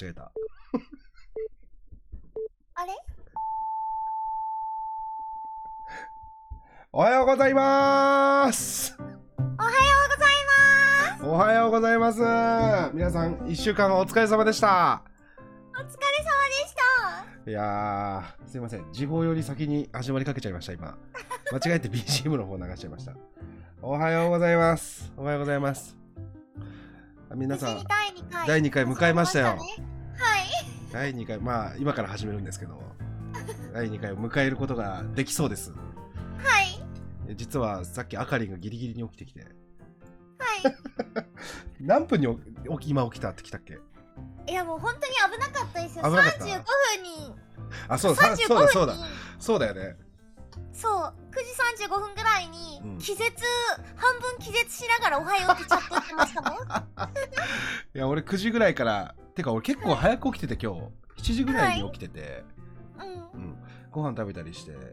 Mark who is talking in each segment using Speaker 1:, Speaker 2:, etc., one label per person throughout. Speaker 1: 違えた。
Speaker 2: あれ
Speaker 1: おはようございます
Speaker 2: おはようございます
Speaker 1: おはようございます皆さん、1週間お疲れ様でした
Speaker 2: お疲れ様でした
Speaker 1: いやー、すいません。時報より先に始まりかけちゃいました、今。間違えて BGM の方流しちゃいました。おはようございます。おはようございます。あ皆さん
Speaker 2: 無事に、第2回
Speaker 1: 第2回迎えましたよ
Speaker 2: 迎えましたねはい
Speaker 1: 第2回、まあ、今から始めるんですけど、第2回を迎えることができそうです。
Speaker 2: はい
Speaker 1: え実はさっきあかりんがギリギリに起きてきて、
Speaker 2: は
Speaker 1: 何分にお起き今起きたって来たっけ
Speaker 2: いいやもう本当に危なかったですよ
Speaker 1: 危なかった
Speaker 2: 35分に
Speaker 1: あ、そうだ、さ
Speaker 2: 35
Speaker 1: そうだ、そう
Speaker 2: 分
Speaker 1: だ
Speaker 2: に、
Speaker 1: そうだよね。
Speaker 2: そう9時35分ぐらい
Speaker 1: うん
Speaker 2: に気絶、半分気絶しながら「おはよう」ってチャットしてました もん
Speaker 1: いや、俺9時ぐらいから、てか俺結構早く起きてて今日、7時ぐらいに起きてて、
Speaker 2: うん
Speaker 1: うん、ご飯食べたりして、
Speaker 2: うん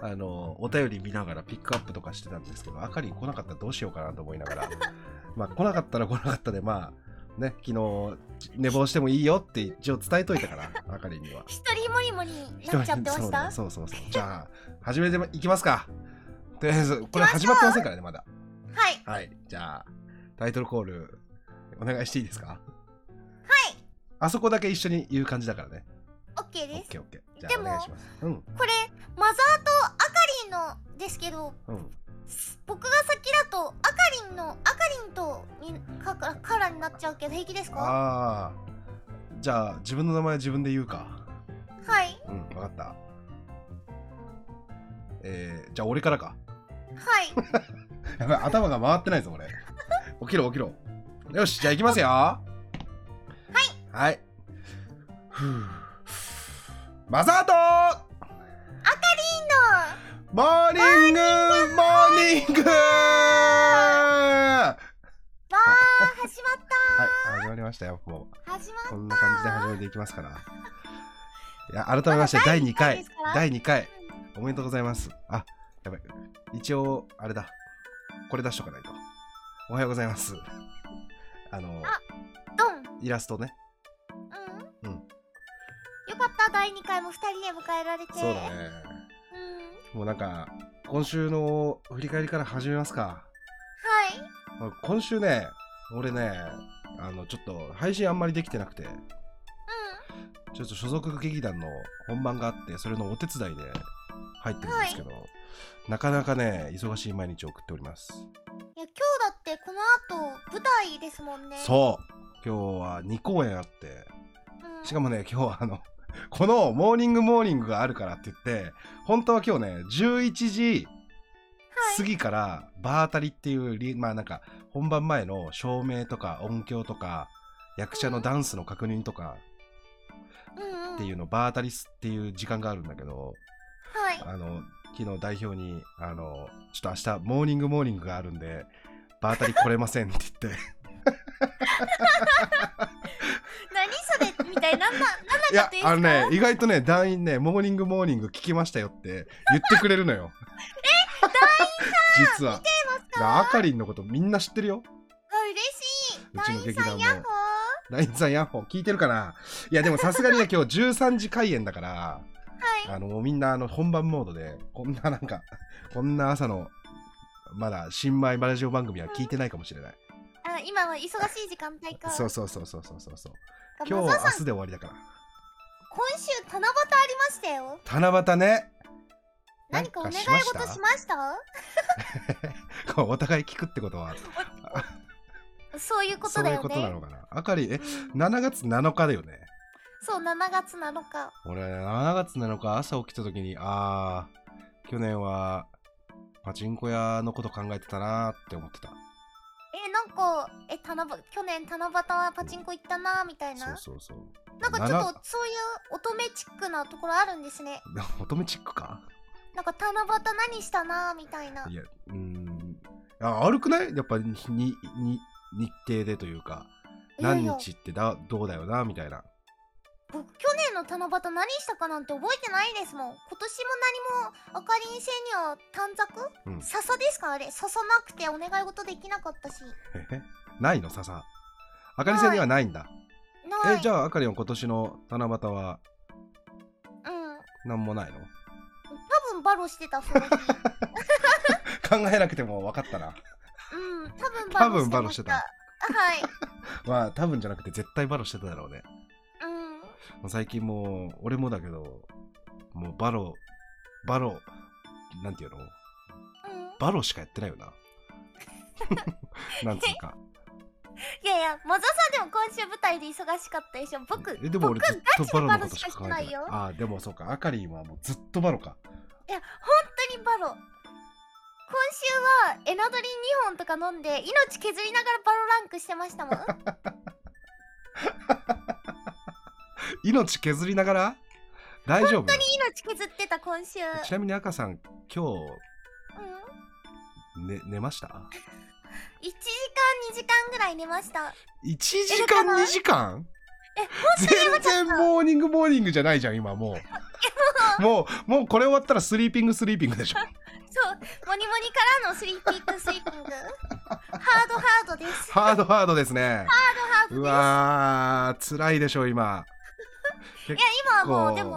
Speaker 1: あのお便り見ながらピックアップとかしてたんですけどあかりん来なかったらどうしようかなと思いながらまあ来なかったら来なかったでまあね昨日寝坊してもいいよって一応伝えといたからあかりんには
Speaker 2: 一人もりもりになっちゃって
Speaker 1: そ
Speaker 2: ま
Speaker 1: う
Speaker 2: し
Speaker 1: だ
Speaker 2: た
Speaker 1: ねそうそうそうじゃあ始めていきますかとりあえずこれ始まってませんからねまだ
Speaker 2: はい
Speaker 1: はいじゃあタイトルコールお願いしていいですかはいあそこだけ一緒に言う感じだからね
Speaker 2: OK
Speaker 1: オ
Speaker 2: で
Speaker 1: ッ
Speaker 2: す
Speaker 1: ケーオッケーじゃ
Speaker 2: で
Speaker 1: あお
Speaker 2: も
Speaker 1: 願いしますうん
Speaker 2: これマザーとアカリンのですけど
Speaker 1: うん
Speaker 2: 僕が先だとアカリンのアカリンとにかかカラーになっちゃうけど平気ですか
Speaker 1: ああじゃあ自分の名前自分で言うか
Speaker 2: はい
Speaker 1: うん分かったえー、じゃあ俺からか
Speaker 2: はい
Speaker 1: やばい頭が回ってないぞ俺 起きろ起きろよしじゃあ行きますよはいはいふうマサトモーニングモーニングは
Speaker 2: わー始まっ
Speaker 1: い始まりましたよもう
Speaker 2: た始ま
Speaker 1: こ
Speaker 2: っ
Speaker 1: んな感じで始めていきますから。いや、改めまして、
Speaker 2: まだ
Speaker 1: 第
Speaker 2: 第
Speaker 1: 2回
Speaker 2: 2回ですから、
Speaker 1: 第2回、おめでとうございます。あ、やばい。一応、あれだ。これ出しとかないと。おはようございます。あの、
Speaker 2: たドン
Speaker 1: イラストね。
Speaker 2: うん、
Speaker 1: うん
Speaker 2: よかった第2回も2人で迎えられて
Speaker 1: そうだね。
Speaker 2: うん
Speaker 1: もうなんか、今週の振り返りから始めますか。
Speaker 2: はい
Speaker 1: まあ今週ね、俺ね、あの、ちょっと、配信あんまりできてなくて、ちょっと所属劇団の本番があって、それのお手伝いで入ってるんですけど、なかなかね、忙しい毎日を送っております。
Speaker 2: うんいや今日だってこの後舞台ですもんねう、
Speaker 1: そう今日は2公演あって、
Speaker 2: うん、
Speaker 1: しかもね、今日はあの、 このモーニングモーニングがあるからって言って、本当は今日ね、11時過ぎからバータリっていうリ、まあなんか、本番前の照明とか音響とか、役者のダンスの確認とか
Speaker 2: うんうん
Speaker 1: っていうの、バータリスっていう時間があるんだけど、
Speaker 2: はい
Speaker 1: あの昨日代表にあのちょっと明日モーニングモーニングがあるんで場当たり来れませんって言って
Speaker 2: 何それみたいななんだ
Speaker 1: い
Speaker 2: な
Speaker 1: や
Speaker 2: んだっていいですか
Speaker 1: あのね意外とね団員ねモーニングモーニング聞きましたよって言ってくれるのよえ団員さん実はあかりんのことみんな知ってるよ
Speaker 2: あ嬉しい
Speaker 1: ちの
Speaker 2: う団員
Speaker 1: 劇
Speaker 2: さ
Speaker 1: 団
Speaker 2: ん
Speaker 1: も
Speaker 2: ヤッホー
Speaker 1: 団員さんヤッホー聞いてるかないやでもさすがにね今日13時開演だから
Speaker 2: はい
Speaker 1: あのもうみんなあの本番モードでこんななんかこんな朝のまだ新米バラジオ番組は聞いてないかもしれない
Speaker 2: あ今は忙しい時間帯か
Speaker 1: そうそうそうそうそうそうそう。今日
Speaker 2: 今日
Speaker 1: は
Speaker 2: さん
Speaker 1: 明日で終わりだから。
Speaker 2: 今週七夕ありましたよ
Speaker 1: 七夕ね。
Speaker 2: 何かお願い事
Speaker 1: なんか
Speaker 2: しました
Speaker 1: た こうお互い聞くってことは、
Speaker 2: そういうこと
Speaker 1: そう
Speaker 2: だ
Speaker 1: いう
Speaker 2: よ
Speaker 1: ことな
Speaker 2: ね
Speaker 1: のかな。あかり、え
Speaker 2: う、ん
Speaker 1: 7月7日だよね。
Speaker 2: そう7月7日
Speaker 1: 俺、7月7日朝起きた時に、あー、去年はパチンコ屋のこと考えてたなーって思ってた。
Speaker 2: えなんかえ七夕去年七夕はパチンコ行ったなみたいな
Speaker 1: そうそうそう。
Speaker 2: なんかちょっと
Speaker 1: 七
Speaker 2: そういう乙女チックなところあるんですね
Speaker 1: 乙女チックか
Speaker 2: なんか七夕何したなみたいない
Speaker 1: や、うーん。あ、悪くないやっぱににに日程でというか、
Speaker 2: いやい
Speaker 1: 何
Speaker 2: や
Speaker 1: 日ってだどうだよな、みたいな。
Speaker 2: 僕去年の七夕何したかなんて覚えてないですもん今年も何もあかりん星には短冊、
Speaker 1: うん
Speaker 2: 笹ですかあれ笹なくてお願い事できなかったし
Speaker 1: えないの笹あかりさんにはないんだ、
Speaker 2: なはい
Speaker 1: えじゃああかりんは今年の七夕は
Speaker 2: うん
Speaker 1: 何もないの
Speaker 2: 多分バロしてたその日
Speaker 1: 考えなくても分かったな
Speaker 2: うん多分
Speaker 1: 多
Speaker 2: バロ
Speaker 1: 分
Speaker 2: してました
Speaker 1: バロしてた
Speaker 2: はい
Speaker 1: まあ多分じゃなくて絶対バロしてただろうね
Speaker 2: うん
Speaker 1: もう最近もう俺もだけどもうバロバロなんていうの
Speaker 2: うん
Speaker 1: バロしかやってないよ ななんつうか
Speaker 2: いやいやマザさんでも今週舞台で忙しかったでしょ僕
Speaker 1: えでも俺
Speaker 2: 僕
Speaker 1: ずっとバロのことしか考えてな
Speaker 2: ガ
Speaker 1: い
Speaker 2: チバロしかしてないよ
Speaker 1: ああでもそうかあかりんはもうずっとバロか
Speaker 2: いや、本当にバロ。今週はエナドリ2本とか飲んで命削りながらバロランクしてましたもん。はい。
Speaker 1: 命削りながら大丈夫
Speaker 2: 命削ってた今週。うん。
Speaker 1: ちなみに赤さん今日、ね、寝ました
Speaker 2: 1時間2時間ぐらい寝ました。
Speaker 1: 1時間2時間
Speaker 2: え
Speaker 1: 全然モーニングモーニングじゃないじゃん今もうもうもうこれ終わったらスリーピングスリーピングでしょ
Speaker 2: そう、モニモニからのスリーピングスリーピング。ハードハードです。
Speaker 1: ハードハードですね
Speaker 2: ハード
Speaker 1: う
Speaker 2: ハードで
Speaker 1: わー辛いでしょ今
Speaker 2: す。今はも
Speaker 1: こ
Speaker 2: う
Speaker 1: う
Speaker 2: でも、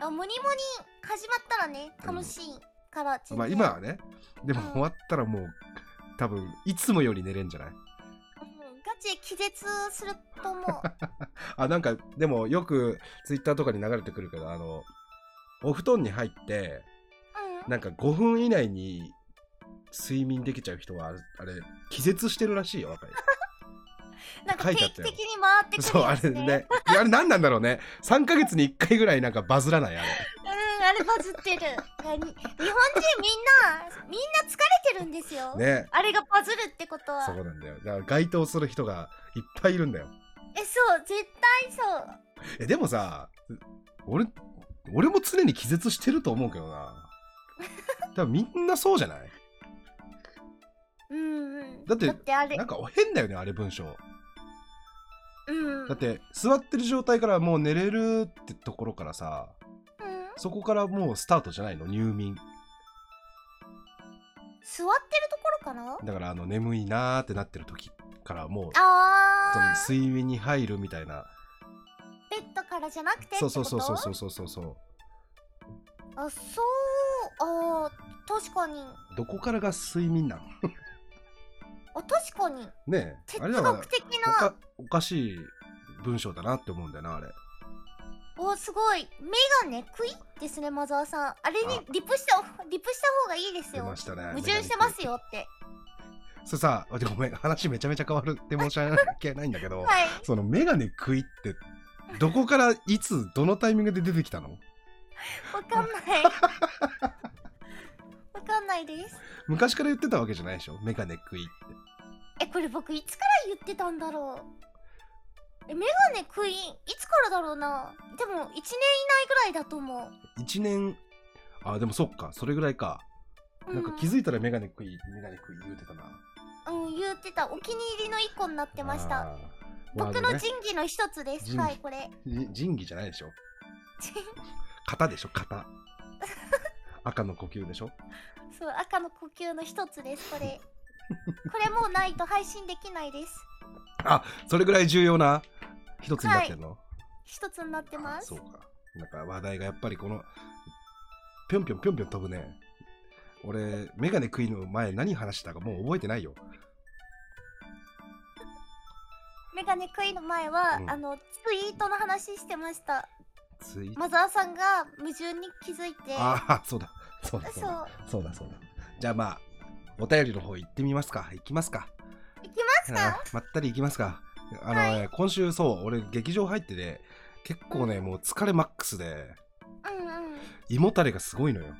Speaker 2: あモニモニ始まったらね、楽しいから全然。
Speaker 1: まあ今はねでも
Speaker 2: うん
Speaker 1: 終わったらもう多分いつもより寝れんじゃない
Speaker 2: うんガチで気絶すると思う。
Speaker 1: あなんかでもよくツイッターとかに流れてくるけどあのお布団に入って
Speaker 2: うん。
Speaker 1: なんか5分以内に睡眠できちゃう人はあれあれ気絶してるらしいよ若い
Speaker 2: なん
Speaker 1: 書
Speaker 2: か定
Speaker 1: いてあっ
Speaker 2: 期
Speaker 1: た
Speaker 2: 的
Speaker 1: よ
Speaker 2: に回ってくるやつ、ね。
Speaker 1: そうあれねいやあれ何なんだろうね3ヶ月に1回ぐらいなんかバズらないあれ
Speaker 2: うん、あれバズってる。あに日本人みんな、みんな疲れてるんですよ。
Speaker 1: ね
Speaker 2: あれがバズるってことは。
Speaker 1: そうなんだよだから該当する人がいっぱいいるんだよ
Speaker 2: え、そう、絶対そう。
Speaker 1: えでもさ俺俺も常に気絶してると思うけどな多分みんなそうじゃない
Speaker 2: うんうん。
Speaker 1: だって
Speaker 2: あれ
Speaker 1: なん、か変だよねあれ文章
Speaker 2: うん。
Speaker 1: だっ、て座ってる状態からもう寝れるってところからさ
Speaker 2: うん、
Speaker 1: そこからもうスタートじゃないの入眠
Speaker 2: 座ってるところかな
Speaker 1: だからあの眠いなーってなってる時からもうその
Speaker 2: あー、
Speaker 1: 睡眠に入るみたいな
Speaker 2: ベッドからじゃなくてって
Speaker 1: そ
Speaker 2: こ
Speaker 1: う
Speaker 2: と
Speaker 1: そうそうそうそうそうそうそう
Speaker 2: あ、そう、あー、確かに。
Speaker 1: どこからが睡眠なの
Speaker 2: あ、確かに。
Speaker 1: ねえあれだから
Speaker 2: 哲学的
Speaker 1: お
Speaker 2: な、
Speaker 1: かおかしい文章だなって思うんだよなあれ
Speaker 2: お、すごい。メガネクイですね、マザーさん。あれ
Speaker 1: あ
Speaker 2: にリプした、リプした方がいいです
Speaker 1: 出
Speaker 2: よ
Speaker 1: ま。したね
Speaker 2: 矛盾してますよって。
Speaker 1: それさあでごめん話めちゃめちゃ変わるって申し訳ないんだけど、
Speaker 2: はい。
Speaker 1: そのメガネ食いってどこからいつどのタイミングで出てきたの
Speaker 2: わかんない。わかんないです。
Speaker 1: 昔から言ってたわけじゃないでしょメガネ食いって
Speaker 2: え、これ僕いつから言ってたんだろう。え、メガネクイーン、いつからだろうな。でも、1年以内ぐらいだと思う。
Speaker 1: 1年あでもそっかそれぐらいか、
Speaker 2: うん、
Speaker 1: なんか気づいたらメガネ食いメガネ食い言うてたな
Speaker 2: うん、言ってた。お気に入りの1個になってました。
Speaker 1: あーまあ
Speaker 2: 僕
Speaker 1: でも
Speaker 2: の
Speaker 1: ね
Speaker 2: 仁義の一つで
Speaker 1: 仁
Speaker 2: す。
Speaker 1: 義
Speaker 2: はい、これ。
Speaker 1: じ仁義じゃないでしょ
Speaker 2: 仁
Speaker 1: 型でしょ型 赤の呼吸でしょ
Speaker 2: そう、赤の呼吸の一つです、これ。 これもうないと配信できないです。
Speaker 1: それぐらい重要な一つになってんの、
Speaker 2: 一つになってま
Speaker 1: あ
Speaker 2: す
Speaker 1: そう。かなんか話題がやっぱりこのぴょんぴょんぴょんぴょん飛ぶね俺メガネ食いの前何話したかもう覚えてないよ
Speaker 2: メガネクイーンの前は、
Speaker 1: うん
Speaker 2: あの、ツイートの話してました。
Speaker 1: ツイッ
Speaker 2: マザーさんが矛盾に気づいて
Speaker 1: ああそうだそうだそう
Speaker 2: そう
Speaker 1: だそうだそうだじゃあまあお便りの方行ってみますか行きますか
Speaker 2: 行きますか
Speaker 1: あーまったり行きますかあの、ね今週そう俺劇場入ってね結構ねもう疲れマックスで
Speaker 2: うんうん
Speaker 1: 胃もたれがすごい のよ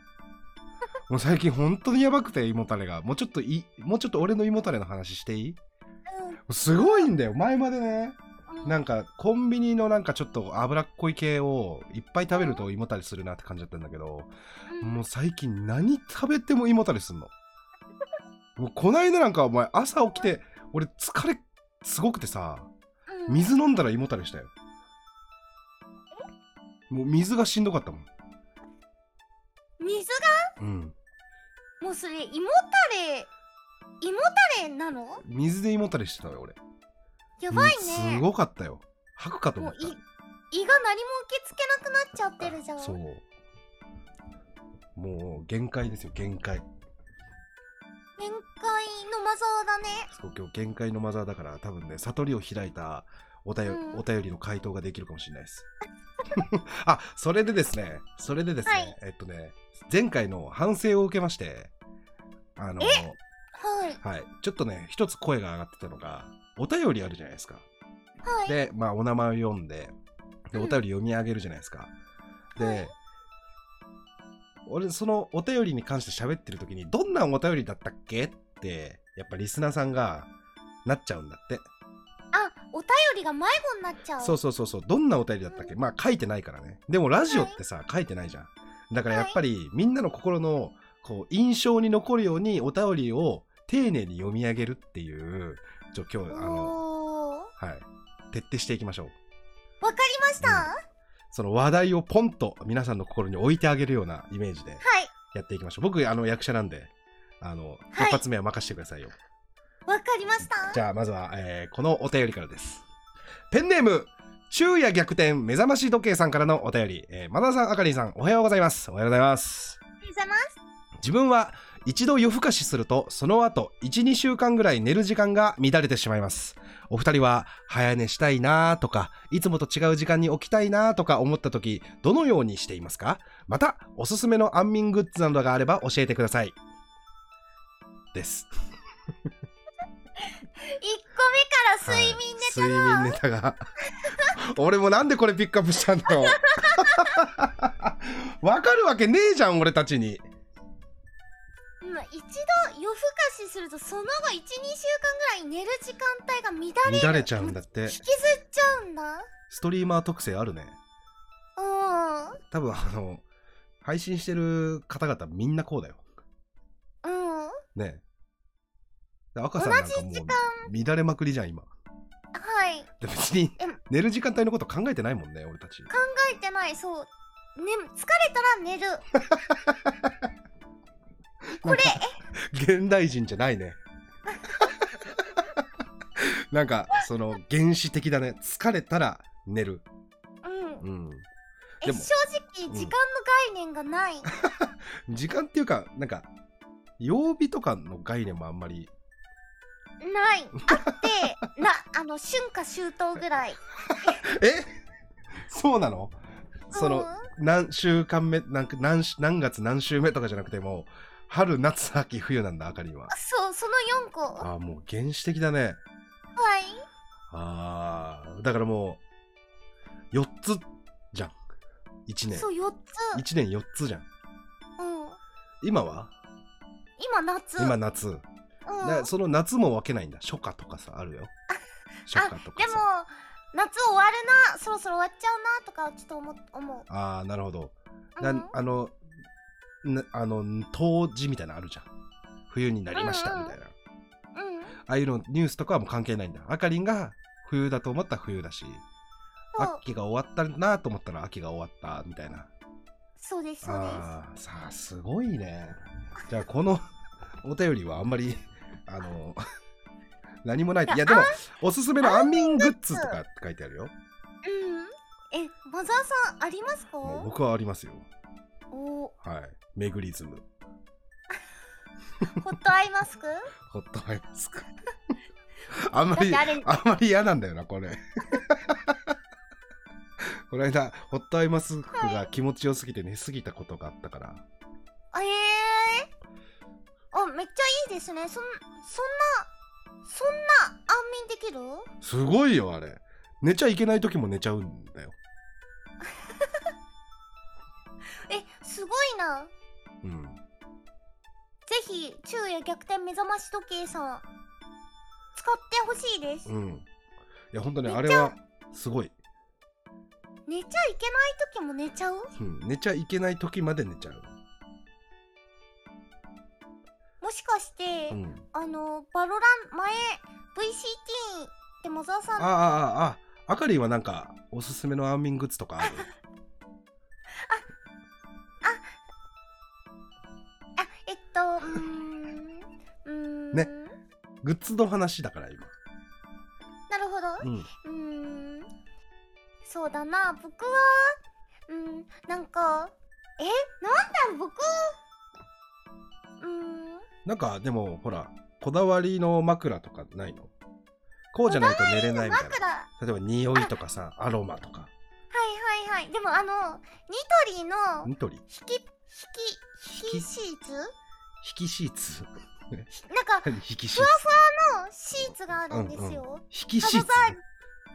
Speaker 1: もう最近本当にやばくて胃もたれがもうちょっといもうちょっと俺の胃もたれの話していいすごいんだよ前までね
Speaker 2: うんうん
Speaker 1: なんかコンビニのなんかちょっと脂っこい系をいっぱい食べると胃もたれするなって感じだったんだけど
Speaker 2: うん
Speaker 1: もう最近何食べても胃もたれすんのもうこないだなんかお前朝起きて俺疲れすごくてさ
Speaker 2: うん
Speaker 1: 水飲んだら胃もたれしたよもう水がしんどかったもん
Speaker 2: 水が
Speaker 1: うん
Speaker 2: もうそれ胃もたれ胃もたれなの
Speaker 1: 水で胃もたれしてたよ俺
Speaker 2: やばい
Speaker 1: うんす
Speaker 2: ね
Speaker 1: ごかったよ吐くかと
Speaker 2: も
Speaker 1: 思っ
Speaker 2: うい
Speaker 1: た
Speaker 2: 胃が何も受け付けなくなっちゃってるじゃん
Speaker 1: そうもう限界ですよ限界
Speaker 2: 限界の魔像だね
Speaker 1: そう今日限界のマザーだから多分ね悟りを開いたお便,、
Speaker 2: うん
Speaker 1: お便りの回答ができるかもしれないです あそれでですねそれでですね、
Speaker 2: はい
Speaker 1: えっとね前回の反省を受けましてあの
Speaker 2: はい
Speaker 1: はいちょっとね一つ声が上がってたのがお便りあるじゃないですか
Speaker 2: はい
Speaker 1: で、まあ、お名前を読んで、で、
Speaker 2: うん
Speaker 1: お便り読み上げるじゃないですか。
Speaker 2: は
Speaker 1: で
Speaker 2: い、
Speaker 1: 俺、そのお便りに関して喋ってる時に、どんなお便りだったっけって、やっぱリスナーさんが、なっちゃうんだって。
Speaker 2: あお便りが迷子になっちゃう
Speaker 1: そうそうそうそう、どんなお便りだったっけまあ、書いてないからね。でも、ラジオってさ、書いてないじゃん。だから、やっぱり、みんなの心の、こう、印象に残るように、お便りを丁寧に読み上げるっていう、ちょ、今日、あの、
Speaker 2: おー
Speaker 1: はい、徹底していきましょう。
Speaker 2: わかりました、
Speaker 1: うん
Speaker 2: は
Speaker 1: その話題をポンと皆さんの心に置いてあげるようなイメージで
Speaker 2: い
Speaker 1: やっていきましょう。僕、あの、役者なんで、あの、一発目は任せてくださいよ。
Speaker 2: わかりました
Speaker 1: じゃあ、まずは、えーこのお便りからです。ペンネーム、昼夜逆転目覚まし時計さんからのお便り、えー、マナさん、あかりんさん、おはようございます。おはようございます。
Speaker 2: おはようございます
Speaker 1: 自分は一度夜更かしするとその後12週間ぐらい寝る時間が乱れてしまいますお二人は早寝したいなとかいつもと違う時間に起きたいなとか思った時どのようにしていますかまたおすすめの安眠グッズなどがあれば教えてくださいです
Speaker 2: 1個目から睡眠ネタ、
Speaker 1: はい睡眠ネタが 俺もなんでこれピックアップしたんだろう わかるわけねえじゃん俺たちに
Speaker 2: まあ一度夜更かしするとその後12週間ぐらい寝る時間帯が乱れる
Speaker 1: 乱れちゃうんだって
Speaker 2: 引きずっちゃうんだ
Speaker 1: ストリーマー特性あるね
Speaker 2: う
Speaker 1: 多分あの配信してる方々みんなこうだよ
Speaker 2: んうんは
Speaker 1: ねえで赤さんなんかも
Speaker 2: 同じ時
Speaker 1: う乱れまくりじゃん今
Speaker 2: い
Speaker 1: で別に
Speaker 2: うん
Speaker 1: 寝る時間帯のこと考えてないもんね俺たち
Speaker 2: 考えてないそう、ね、疲れたら寝るこれ
Speaker 1: 現代人じゃないね なんかその原始的だね疲れたら寝る
Speaker 2: うん
Speaker 1: うん
Speaker 2: え
Speaker 1: でも
Speaker 2: 正直時間の概念がない、
Speaker 1: 時間っていうかなんか曜日とかの概念もあんまり
Speaker 2: ないあってなあの春夏秋冬ぐらい
Speaker 1: え そうなのその、
Speaker 2: うん
Speaker 1: 何週間目何何週何月何週目とかじゃなくてもう春夏秋冬なんだあかりんは
Speaker 2: そうその4個は
Speaker 1: ああもう原始的だね
Speaker 2: い
Speaker 1: ああだからもう4つじゃん1年
Speaker 2: そう4つ、
Speaker 1: 1年4つじゃん
Speaker 2: うん、
Speaker 1: 今は
Speaker 2: 今夏
Speaker 1: 今夏、だ
Speaker 2: うん、
Speaker 1: からその夏も分けないんだ初夏とかさあるよ初夏とか
Speaker 2: で
Speaker 1: さ
Speaker 2: も夏終わるなそろそろ終わっちゃうなとかちょっと思思
Speaker 1: ああなるほど、
Speaker 2: う、
Speaker 1: な
Speaker 2: うん
Speaker 1: あのなあの冬至みたいなのあるじゃん冬になりました
Speaker 2: うんうん
Speaker 1: みたいな
Speaker 2: うん
Speaker 1: ああいうのニュースとかはもう関係ないんだ。あかりんが冬だと思ったら冬だし、
Speaker 2: そう
Speaker 1: 秋が終わったなと思ったら秋が終わったみたいな。
Speaker 2: そうですそうです
Speaker 1: ああー、さあすごいね。じゃあこの お便りはあんまり、あの、 何もない。い
Speaker 2: いや
Speaker 1: やでも
Speaker 2: あん、
Speaker 1: おすすめの安眠グッズとかって書いてあるよ。
Speaker 2: うんえマザーさんありますか
Speaker 1: もう僕はありますよ。
Speaker 2: おー
Speaker 1: はい。メグリズム、
Speaker 2: ホットアイマ スクだ
Speaker 1: ホットアイマス ク。あんま
Speaker 2: っ
Speaker 1: り
Speaker 2: てあれ
Speaker 1: あんまり嫌なんだよな、これ。 この間、ホットアイマスクが気持ちよすぎて寝すぎたことがあったから。
Speaker 2: あええあめっちゃいいですねそんそんなそんな安眠できる
Speaker 1: すごいよ、あれ。寝ちゃいけない時も寝ちゃうんだよ。
Speaker 2: えすごいな
Speaker 1: うん。
Speaker 2: ぜひ昼夜逆転目覚まし時計さん使ってほしいです、
Speaker 1: うん。いや、ほんとね、
Speaker 2: 寝
Speaker 1: あ
Speaker 2: ち
Speaker 1: れ
Speaker 2: ゃう
Speaker 1: は、すごい、
Speaker 2: 寝ちゃいけない時も寝ちゃう
Speaker 1: うん。寝ちゃいけない時まで寝ちゃう。
Speaker 2: もしかして、
Speaker 1: うん。
Speaker 2: あのバロラン前 VCT でマザーさ
Speaker 1: あ
Speaker 2: ん
Speaker 1: あ、
Speaker 2: あ
Speaker 1: ああ、あかりんはなんか、おすすめの安眠グッズとかあ る
Speaker 2: えっとうーんうーん
Speaker 1: ねグッズの話だから、今。
Speaker 2: なるほど
Speaker 1: うん。
Speaker 2: うーんそうだな僕はうんなんかえなんだろう僕うん
Speaker 1: なんかでもほらこだわりの枕とかないのこうじゃないと寝れないみたい
Speaker 2: 枕は
Speaker 1: な例えば匂いとかさアロマとか
Speaker 2: いはいはいでもあのニトリの
Speaker 1: ニトリ引
Speaker 2: 引き引き引きシーツ
Speaker 1: きシーツ
Speaker 2: ひなんか
Speaker 1: 何引きシーツ
Speaker 2: のシーツがあるんですよ、
Speaker 1: うん引きシーツ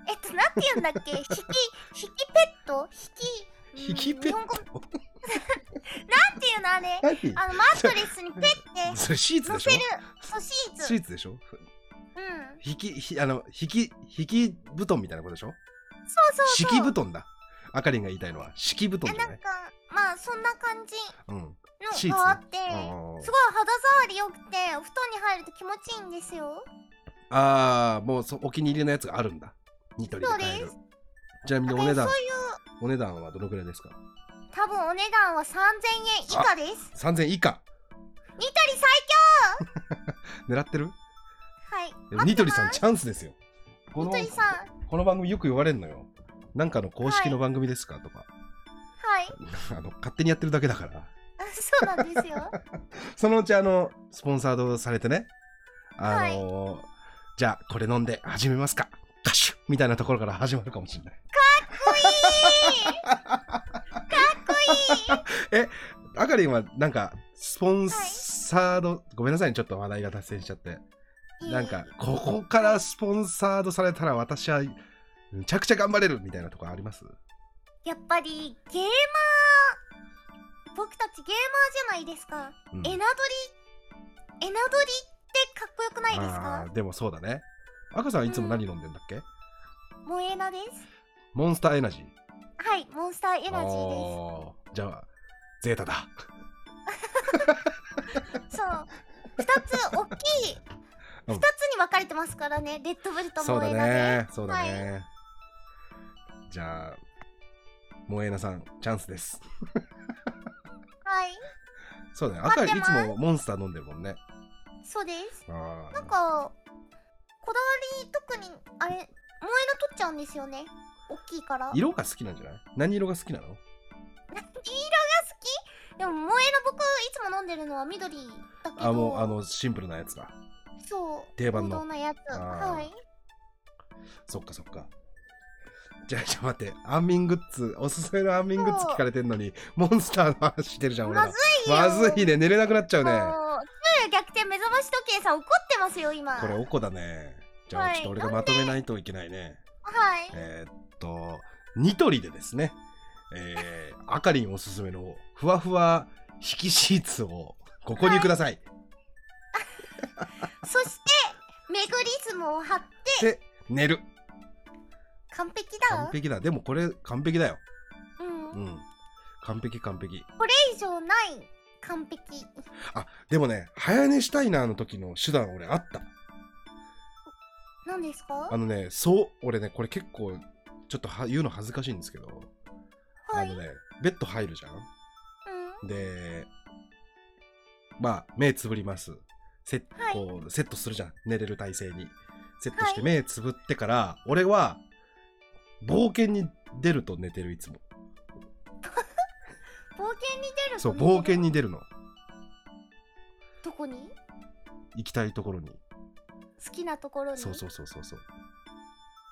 Speaker 2: えっと、なんて言うんだっけ引き、引きペット引き、
Speaker 1: 引きペッ
Speaker 2: うん日本語
Speaker 1: ト
Speaker 2: なんていうのあれ
Speaker 1: 何
Speaker 2: あの、マットレスにペッ
Speaker 1: それシー
Speaker 2: て
Speaker 1: ツでし
Speaker 2: 乗
Speaker 1: ょ
Speaker 2: せる、そう、シーツ。
Speaker 1: シーツでしょ
Speaker 2: うん。
Speaker 1: 引きひあの引き引き布団みたいなことでしょ
Speaker 2: そうそうそう。
Speaker 1: 敷布団だあかりんが言いたいのは敷布団
Speaker 2: え
Speaker 1: じ
Speaker 2: な
Speaker 1: ゃ
Speaker 2: ん
Speaker 1: ない
Speaker 2: か、まあ、そんな感じ
Speaker 1: うんシー
Speaker 2: の
Speaker 1: ツ
Speaker 2: があって、
Speaker 1: うんうんうん
Speaker 2: すごい肌触り良くて、お布団に入ると気持ちいいんですよ。
Speaker 1: ああもうそお気に入りのやつがあるんだニトリで買え
Speaker 2: そ
Speaker 1: る
Speaker 2: うで
Speaker 1: ちなみにお
Speaker 2: で
Speaker 1: 値段
Speaker 2: そういう、
Speaker 1: お値段はどのくらいですか
Speaker 2: 多分お値段は3000円以下です。
Speaker 1: 3000以下
Speaker 2: ニトリ
Speaker 1: 狙ってる
Speaker 2: 最
Speaker 1: で
Speaker 2: 強
Speaker 1: も
Speaker 2: はい。
Speaker 1: ニトリさん
Speaker 2: 待って
Speaker 1: チャンスですよこ
Speaker 2: ま
Speaker 1: の
Speaker 2: すニトリさん、
Speaker 1: この番組よく言われるのよなんかの公式の番組ですか、とか
Speaker 2: はい。
Speaker 1: あの勝手にやってるだけだから
Speaker 2: あそうなんで すよ。
Speaker 1: そのうちあのスポンサードされてねあのーじゃあこれ飲んで始めますかカシュッみたいなところから始まるかもしれないあかりんはなんかスポンサード、ごめんなさいねちょっと話題が脱線しちゃって
Speaker 2: いい
Speaker 1: なんかここからスポンサードされたら私はめちゃくちゃ頑張れるみたいなとこあります
Speaker 2: やっぱりゲーマー僕たちゲーマーじゃないですか、
Speaker 1: うん
Speaker 2: エナドリエナドリってかっこよくないです
Speaker 1: あ
Speaker 2: か
Speaker 1: ーでもそうだね赤さんいつも何飲んでんだっけ、
Speaker 2: モエナです
Speaker 1: モンスターエナジー
Speaker 2: はいモンスターエナジー
Speaker 1: おーじゃあゼータだ
Speaker 2: ですそう2つ大きい
Speaker 1: うん
Speaker 2: 2つに分かれてますからねレッドブルと
Speaker 1: そう
Speaker 2: モ
Speaker 1: だ
Speaker 2: エナで、
Speaker 1: ねそうだね、じゃあ萌えなさんチャンスです
Speaker 2: はい
Speaker 1: そうだね
Speaker 2: 待
Speaker 1: 赤
Speaker 2: っ
Speaker 1: い
Speaker 2: て
Speaker 1: つ
Speaker 2: ます
Speaker 1: もモンスター飲んでるもんね
Speaker 2: そうです
Speaker 1: あ
Speaker 2: なんかこだわり特にあれモエナ取っちゃうんですよね大きいか
Speaker 1: ー
Speaker 2: ら
Speaker 1: 色が好きなんじゃない何色が好きなの
Speaker 2: 黄色が好きでも萌えの僕いつも飲んでるのは緑だけど
Speaker 1: あもうあのシンプルなやつだ
Speaker 2: そう
Speaker 1: 定番の
Speaker 2: 王道なやつ
Speaker 1: あー
Speaker 2: はい
Speaker 1: そっかそっかじゃあじゃあ待って安眠グッズおすすめの安眠グッズ聞かれてんのにモンスターの話してるじゃん俺ら
Speaker 2: まずいよ
Speaker 1: まずいね寝れなくなっちゃうね
Speaker 2: もう昼夜逆転目覚まし時計さん怒ってますよ今
Speaker 1: これおこだねじゃあ
Speaker 2: はい
Speaker 1: ちょっと俺がまとめないといけないね
Speaker 2: はい
Speaker 1: えーっと、ニトリでですね、えー、あかりんおすすめのふわふわ引きシーツをここにください。
Speaker 2: そしてメグリズムを張って
Speaker 1: で、寝る。
Speaker 2: 完璧だ
Speaker 1: 完璧だ。でもこれ完璧だよ。
Speaker 2: うん、
Speaker 1: う
Speaker 2: こ
Speaker 1: ん。完璧完璧。
Speaker 2: れ以上ない完璧
Speaker 1: でもね、早寝したいなの時の手段俺あった。
Speaker 2: なんですか
Speaker 1: あのね、そう、俺ね、これ結構、ちょっとは言うの恥ずかしいんですけど、
Speaker 2: はい、
Speaker 1: あ
Speaker 2: うん
Speaker 1: のね、ベッド入るじゃん。で、まあ、目つぶります。セッ
Speaker 2: はい
Speaker 1: こうセットするじゃん寝れる体勢にセットして
Speaker 2: はい
Speaker 1: 目つぶってから、俺は冒険に出ると寝てるいつも
Speaker 2: 冒険に出る
Speaker 1: そう
Speaker 2: とね
Speaker 1: 冒険に出るの
Speaker 2: どこに
Speaker 1: 行きたいところに
Speaker 2: 好きなところに
Speaker 1: そうそうそうそうそう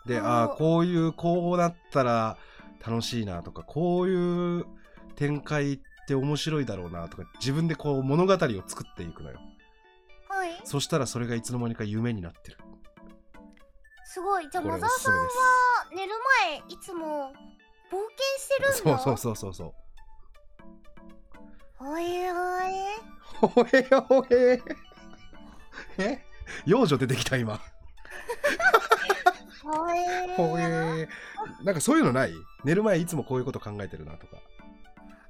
Speaker 1: で
Speaker 2: おー
Speaker 1: ああこういうこうなったら楽しいなとかこういう展開って面白いだろうなとか自分でこう物語を作っていくのよ
Speaker 2: はい
Speaker 1: そしたらそれがいつの間にか夢になってる
Speaker 2: すごいじゃあ
Speaker 1: これ
Speaker 2: マ
Speaker 1: お
Speaker 2: ザー
Speaker 1: すす
Speaker 2: さん
Speaker 1: め
Speaker 2: は
Speaker 1: です
Speaker 2: 寝る前いつも冒険してるん
Speaker 1: そう
Speaker 2: だ
Speaker 1: そうそうそうそう
Speaker 2: おいお
Speaker 1: ほ
Speaker 2: い
Speaker 1: えほえ。 え幼女出てきた今。
Speaker 2: おい
Speaker 1: ほえ。なんかそういうのない寝る前いつもこういうこと考えてるなとか。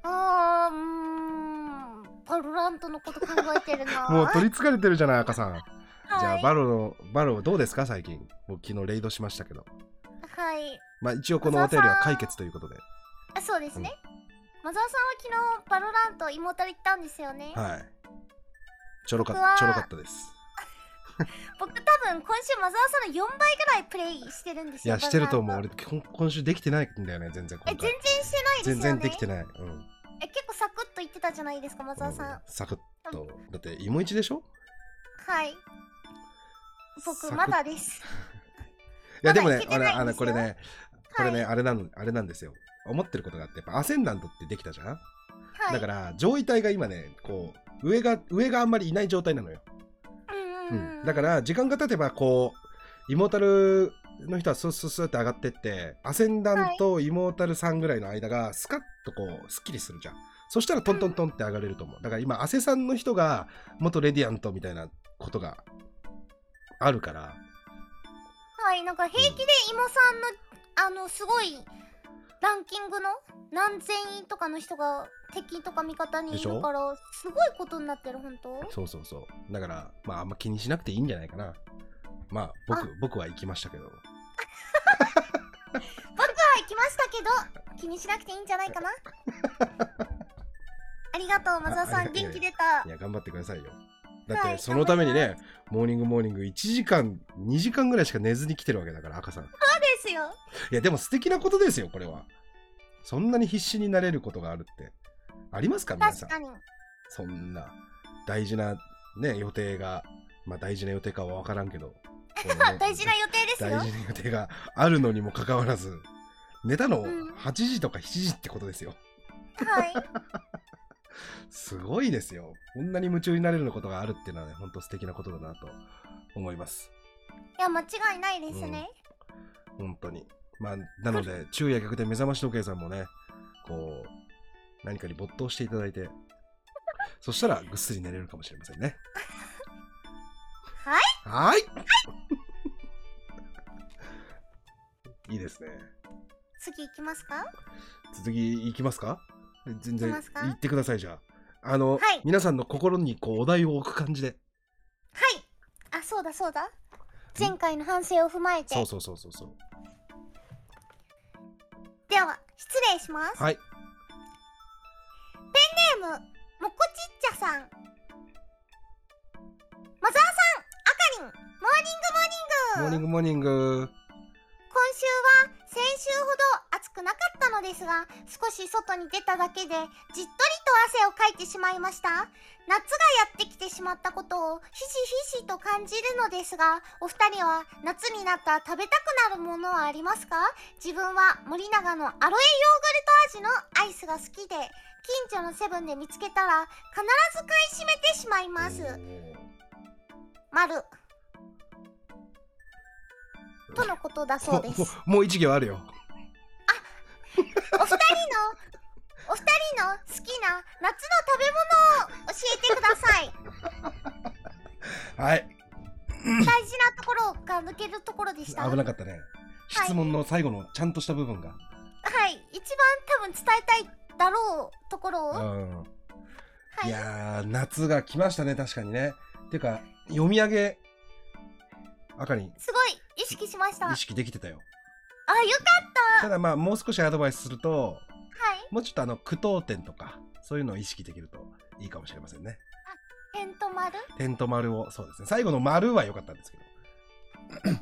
Speaker 2: あーうーんバロラントのこと考えてる な
Speaker 1: もう取りつかれてるじゃない赤さん。じゃ
Speaker 2: は
Speaker 1: あ
Speaker 2: い
Speaker 1: バロの、バロどうですか最近。僕昨日レイドしましたけど。
Speaker 2: はい
Speaker 1: まあ一応このお便りは解決ということで。
Speaker 2: あそうですね、マザーさんは昨日バロラント妹と行ったんですよね、
Speaker 1: はい。ちょろかっ
Speaker 2: 僕は
Speaker 1: ちょろかったです。
Speaker 2: 僕多分今週マザーさんの4倍ぐらいプレイしてるんです
Speaker 1: い
Speaker 2: よ
Speaker 1: やしてると思う
Speaker 2: バザー
Speaker 1: 俺今今週できてないんだよね全然
Speaker 2: え
Speaker 1: 今
Speaker 2: 全然
Speaker 1: 回
Speaker 2: してないですよ
Speaker 1: 全
Speaker 2: ね
Speaker 1: 然できてないうん
Speaker 2: え結構サクッと言ってたじゃないですかマザーさん、
Speaker 1: うんサクッとだって芋一でしょ
Speaker 2: はい
Speaker 1: サ
Speaker 2: 僕
Speaker 1: クッ
Speaker 2: まだです
Speaker 1: いやでも
Speaker 2: まだい
Speaker 1: ね
Speaker 2: けて
Speaker 1: 俺
Speaker 2: ない
Speaker 1: あ
Speaker 2: ん
Speaker 1: の
Speaker 2: ですよ
Speaker 1: これねこれね、
Speaker 2: はい
Speaker 1: あれなのあれなんですよ思ってることがあってやっぱアセンダントってできたじゃん、
Speaker 2: はい
Speaker 1: だから上位体が今ねこう上が上があんまりいない状態なのよ、
Speaker 2: うん
Speaker 1: う
Speaker 2: うんん、うん、
Speaker 1: だからら時間が経てばこうイモータルの人はスッスッスッって上がってってアセンダント、イモータルさんぐらいの間がスカッとこうすっきりするじゃんそしたらトントントンって上がれると思うだから今アセさんの人が元レディアントみたいなことがあるから
Speaker 2: はいなんか平気でイモさんのあのすごいランキングの何千位とかの人が敵とか味方にいるからすごいことになってる本当
Speaker 1: そうそうそうだからまああんま気にしなくていいんじゃないかなまあ
Speaker 2: あ
Speaker 1: 僕僕は行きましたけど
Speaker 2: 行きましたけど気にしなくていいんじゃない かなありがとうマザー
Speaker 1: あ
Speaker 2: さ
Speaker 1: あ
Speaker 2: ん
Speaker 1: りが
Speaker 2: 元気出た
Speaker 1: いや頑張ってくださいよだって、
Speaker 2: はい
Speaker 1: そのためにねモーニングモーニング1時間2時間ぐらいしか寝ずに来てるわけだから赤さん
Speaker 2: ですよ
Speaker 1: いやでも素敵なことですよこれはそんなに必死になれることがあるってありますか皆さ
Speaker 2: 確
Speaker 1: ん
Speaker 2: かに
Speaker 1: そんな大事なね予定がまあ大事な予定かは分からんけ ど
Speaker 2: 大事な予定ですよ
Speaker 1: 大事な予定があるのにもかかわらず寝たの
Speaker 2: うん
Speaker 1: 8時とか7時ってことですよ
Speaker 2: はい
Speaker 1: すごいですよこんなに夢中になれることがあるっていうのはねほんと素敵なことだなと思います
Speaker 2: いや間違いないですね、
Speaker 1: 本当にまあなので昼夜逆転目覚まし時計さんもねこう何かに没頭していただいてそしたらぐっすり寝れるかもしれませんね
Speaker 2: はい
Speaker 1: はい いいですね
Speaker 2: 次行きますか
Speaker 1: 続きいきますか全然
Speaker 2: いきますか
Speaker 1: 言ってくださいじゃああの、
Speaker 2: はい
Speaker 1: 皆さんの心にこうお題を置く感じで
Speaker 2: はいあそうだそうだ前回の反省を踏まえて
Speaker 1: そうそうそうそうそう
Speaker 2: では失礼します
Speaker 1: はい
Speaker 2: ネームもこちっちゃさんマザーさんあかりんモーニングモーニング
Speaker 1: モーニングモーニング
Speaker 2: 今週は先週ほど暑くなかったのですが少し外に出ただけでじっとりと汗をかいてしまいました夏がやってきてしまったことをひしひしと感じるのですがお二人は夏になったら食べたくなるものはありますか自分は森永のアロエヨーグルト味のアイスが好きで近所のセブンで見つけたら必ず買い占めてしまいます
Speaker 1: おー
Speaker 2: 丸とのことだそうです
Speaker 1: もうもう一行あるよ
Speaker 2: お二人のお二人の好きな夏の食べ物を教えてください
Speaker 1: はい
Speaker 2: 大事なところが抜けるところでした
Speaker 1: 危なかったね
Speaker 2: はい
Speaker 1: 質問の最後のちゃんとした部分が、
Speaker 2: はい一番多分伝えたいだろうところを、は
Speaker 1: うんい
Speaker 2: い
Speaker 1: やー夏が来ましたね確かにねてか読み上げ赤に
Speaker 2: すごい意識しましたあよ
Speaker 1: 意識できてたよ
Speaker 2: か
Speaker 1: ただまあもう少しアドバイスすると
Speaker 2: はい
Speaker 1: もうちょっとあの句読点とかそういうのを意識できるといいかもしれませんね
Speaker 2: 点と丸わか
Speaker 1: 点と丸をそうですね最後の丸は良かったんですけど、
Speaker 2: りまし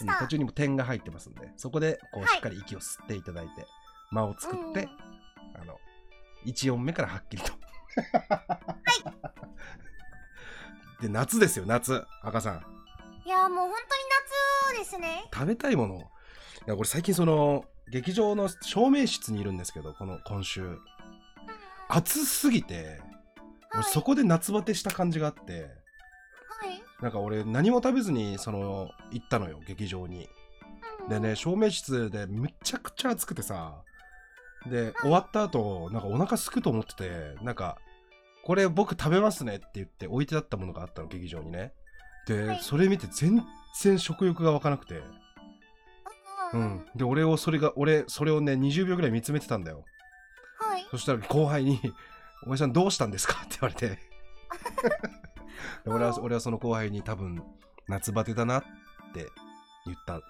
Speaker 1: うん
Speaker 2: た、
Speaker 1: 途中にも点が入ってますんでそこでこ
Speaker 2: は
Speaker 1: う
Speaker 2: い
Speaker 1: しっかり息を吸っていただいて、間を作って、
Speaker 2: うん
Speaker 1: あの、1音目からはっきりと。 で、夏ですよ、夏。赤さん。
Speaker 2: いやもう本当に夏ですね
Speaker 1: 食べたいものを。いや、これ最近その、劇場の照明室にいるんですけど、この、今週。暑すぎて、もうそこで夏バテした感じがあって、
Speaker 2: はい、
Speaker 1: なんか俺何も食べずに、その、行ったのよ、劇場に。
Speaker 2: うん
Speaker 1: でね、照明室でむちゃくちゃ暑くてさ、で、終わった後、なんかお腹すくと思ってて、なんか、これ僕食べますねって言って置いてあったものがあったの、劇場にね。で、
Speaker 2: はい
Speaker 1: それ見て全然食欲が湧かなくて。
Speaker 2: う、
Speaker 1: うんん。で、俺をそれが、俺、それをね、20秒ぐらい見つめてたんだよ。
Speaker 2: はい
Speaker 1: そしたら後輩に、お前さんどうしたんですかって言われて。 で俺は、俺はその後輩に多分、夏バテだなって言った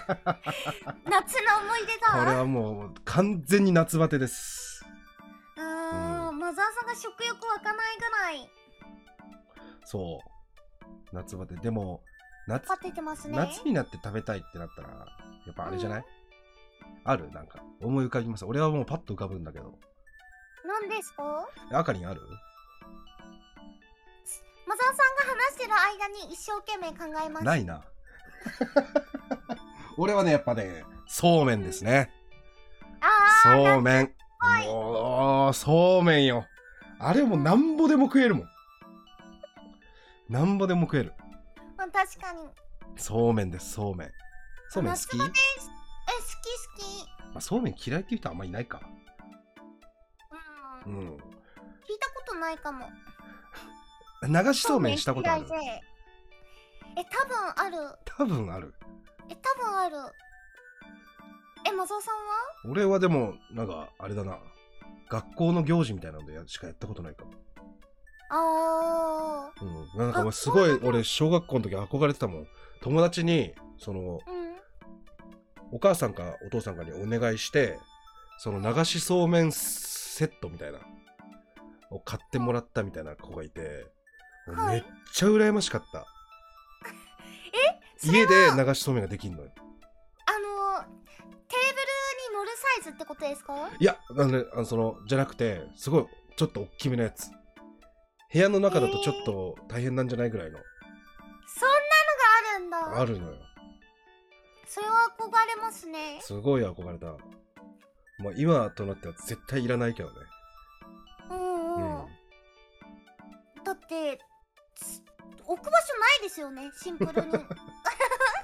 Speaker 2: 夏の思い出
Speaker 1: これ
Speaker 2: だ
Speaker 1: はもう完全に夏バテです
Speaker 2: うんマザーさんが食欲湧かないぐらい
Speaker 1: そう夏バテでも夏
Speaker 2: パテてますね。
Speaker 1: 夏になって食べたいってなったらやっぱあれじゃない、あるなんか思い浮かびます俺はもうパッと浮かぶんだけど
Speaker 2: 何ですか
Speaker 1: 赤にある
Speaker 2: マザーさんが話してる間に一生懸命考えます。
Speaker 1: ない な俺はねやっぱねそうめんですね
Speaker 2: あー
Speaker 1: そ
Speaker 2: な
Speaker 1: うめん
Speaker 2: はい
Speaker 1: もうそうめんよあれもうなんぼでも食えるもんなんぼでも食える
Speaker 2: まあ、確かに。
Speaker 1: そうめんですそうめんそうめん好き、
Speaker 2: 夏
Speaker 1: ま
Speaker 2: バテえ、好き好き。
Speaker 1: あ、そうめん嫌いっていう人はあんまいないか
Speaker 2: う。
Speaker 1: うんん
Speaker 2: 聞いたことないかも。
Speaker 1: 流しそうめんしたことある
Speaker 2: そうめん嫌いでえ、多分ある。
Speaker 1: 多分ある
Speaker 2: え、多分ある。え、マザーさんは
Speaker 1: 俺はでもなんかあれだな学校の行事みたいなのでやしかやったことないかも、
Speaker 2: あ
Speaker 1: うん、なんかもうすごい俺小学校の時憧れてたもん友達にその
Speaker 2: ー。うん。
Speaker 1: お母さんかお父さんかにお願いしてその流しそうめんセットみたいなを買ってもらったみたいな子がいて
Speaker 2: は
Speaker 1: め
Speaker 2: い
Speaker 1: っちゃ羨ましか った
Speaker 2: それ
Speaker 1: 家
Speaker 2: は
Speaker 1: で流しそうめんができんのよ
Speaker 2: あのー、テーブルに乗るサイズってことですか
Speaker 1: いやあのねあのそのじゃなくてすごいちょっと大きめのやつ部屋の中だとちょっと大変なんじゃないぐらいの
Speaker 2: そんなのがあるん
Speaker 1: あ
Speaker 2: だ
Speaker 1: るのよ
Speaker 2: それは憧れますね
Speaker 1: すごい憧れた。まあ、今となっては絶対いらないけどね。
Speaker 2: うん
Speaker 1: う
Speaker 2: うんん、だってつ置く場所ないですよねシンプル に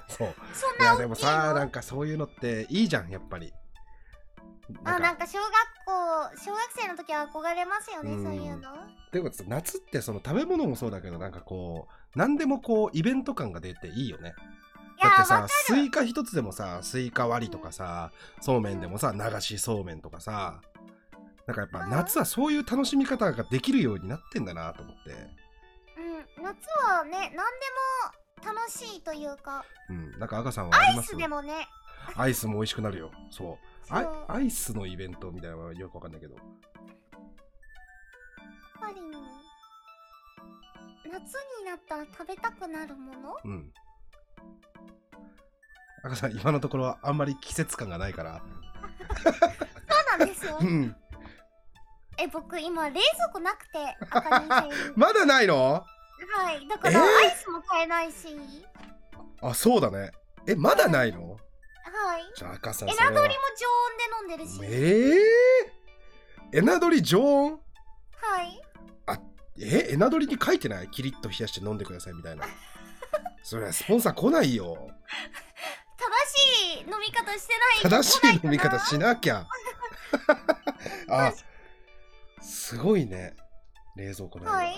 Speaker 1: そう。
Speaker 2: そん
Speaker 1: い
Speaker 2: な
Speaker 1: や、
Speaker 2: 大きい
Speaker 1: で
Speaker 2: の
Speaker 1: もさ、なんかそういうのっていいじゃん、やっぱり。
Speaker 2: あな
Speaker 1: なん
Speaker 2: ん
Speaker 1: か
Speaker 2: か小学校小学生の時は憧れますよね、
Speaker 1: うん
Speaker 2: そういうの
Speaker 1: ということで夏ってその食べ物もそうだけど、なんかこう、何でもこう、イベント感が出ていいよね。
Speaker 2: い
Speaker 1: だ
Speaker 2: や
Speaker 1: って
Speaker 2: わ
Speaker 1: さ
Speaker 2: か
Speaker 1: ス
Speaker 2: る、
Speaker 1: イカ一つでもさ、スイカ割りとかさ、そうめんでもさ、流しそうめんとかさ、なんかやっぱ
Speaker 2: うん
Speaker 1: 夏はそういう楽しみ方ができるようになってんだなと思って。
Speaker 2: うん夏はね何でも楽しいというか
Speaker 1: うん。なんか赤さんはあ
Speaker 2: ア
Speaker 1: り
Speaker 2: イ
Speaker 1: ます
Speaker 2: スでもね
Speaker 1: アイスも美味しくなるよ。そう。
Speaker 2: そう
Speaker 1: アイ
Speaker 2: やっ
Speaker 1: アイスのイベントみたいなのはよくわかんないけど。
Speaker 2: ぱりね夏になったら食べたくなるもの
Speaker 1: うん。赤さん、今のところはあんまり季節感がないから。
Speaker 2: そうなんですよ
Speaker 1: うん。
Speaker 2: え僕今冷蔵庫なくて赤 人生
Speaker 1: まだないの
Speaker 2: はいだから
Speaker 1: え
Speaker 2: ア
Speaker 1: ー
Speaker 2: イスも買えないし、
Speaker 1: あ、そうだね。え、まだないの
Speaker 2: はい
Speaker 1: じゃあ赤さん、
Speaker 2: エ
Speaker 1: それ
Speaker 2: ナド
Speaker 1: は
Speaker 2: リも。常温で飲んでるし、
Speaker 1: えー、エナドリ常温
Speaker 2: はい
Speaker 1: え、エナドリに書いてないキリッと冷やして飲んでくださいみたいな。それはスポンサー来ないよ。
Speaker 2: 正しい飲み方してな
Speaker 1: 正
Speaker 2: い
Speaker 1: しい飲み方
Speaker 2: し
Speaker 1: しなきゃ。あ、すごいね。冷蔵庫の。
Speaker 2: はいは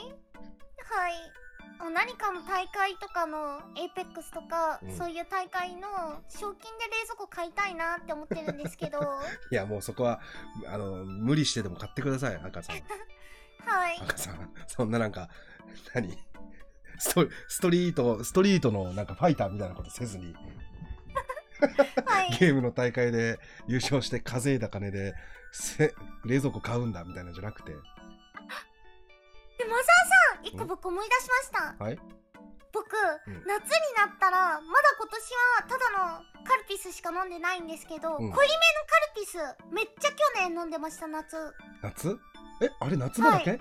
Speaker 2: いもう何かの大会とかのエイペックスとか、
Speaker 1: うん
Speaker 2: そういう大会の賞金で冷蔵庫買いたいなって思ってるんです けどはい
Speaker 1: や、もうそこは、あの、無理してでも買ってください、赤さん。
Speaker 2: い
Speaker 1: 赤さん、そんななんか、何ストストリート、ストリートのなんかファイターみたいなことせずに、
Speaker 2: はい
Speaker 1: ゲームの大会で優勝して稼いだ金で、せ冷蔵庫買うんだみたいなのじゃなくて、
Speaker 2: でマザーさん一個僕思い出しました
Speaker 1: はい
Speaker 2: 僕、
Speaker 1: うん
Speaker 2: 夏になったらまだ今年はただのカルピスしか飲んでないんですけど、
Speaker 1: うん
Speaker 2: 濃いめのカルピスめっちゃ去年飲んでました夏う
Speaker 1: 夏え、あれ夏場だけ、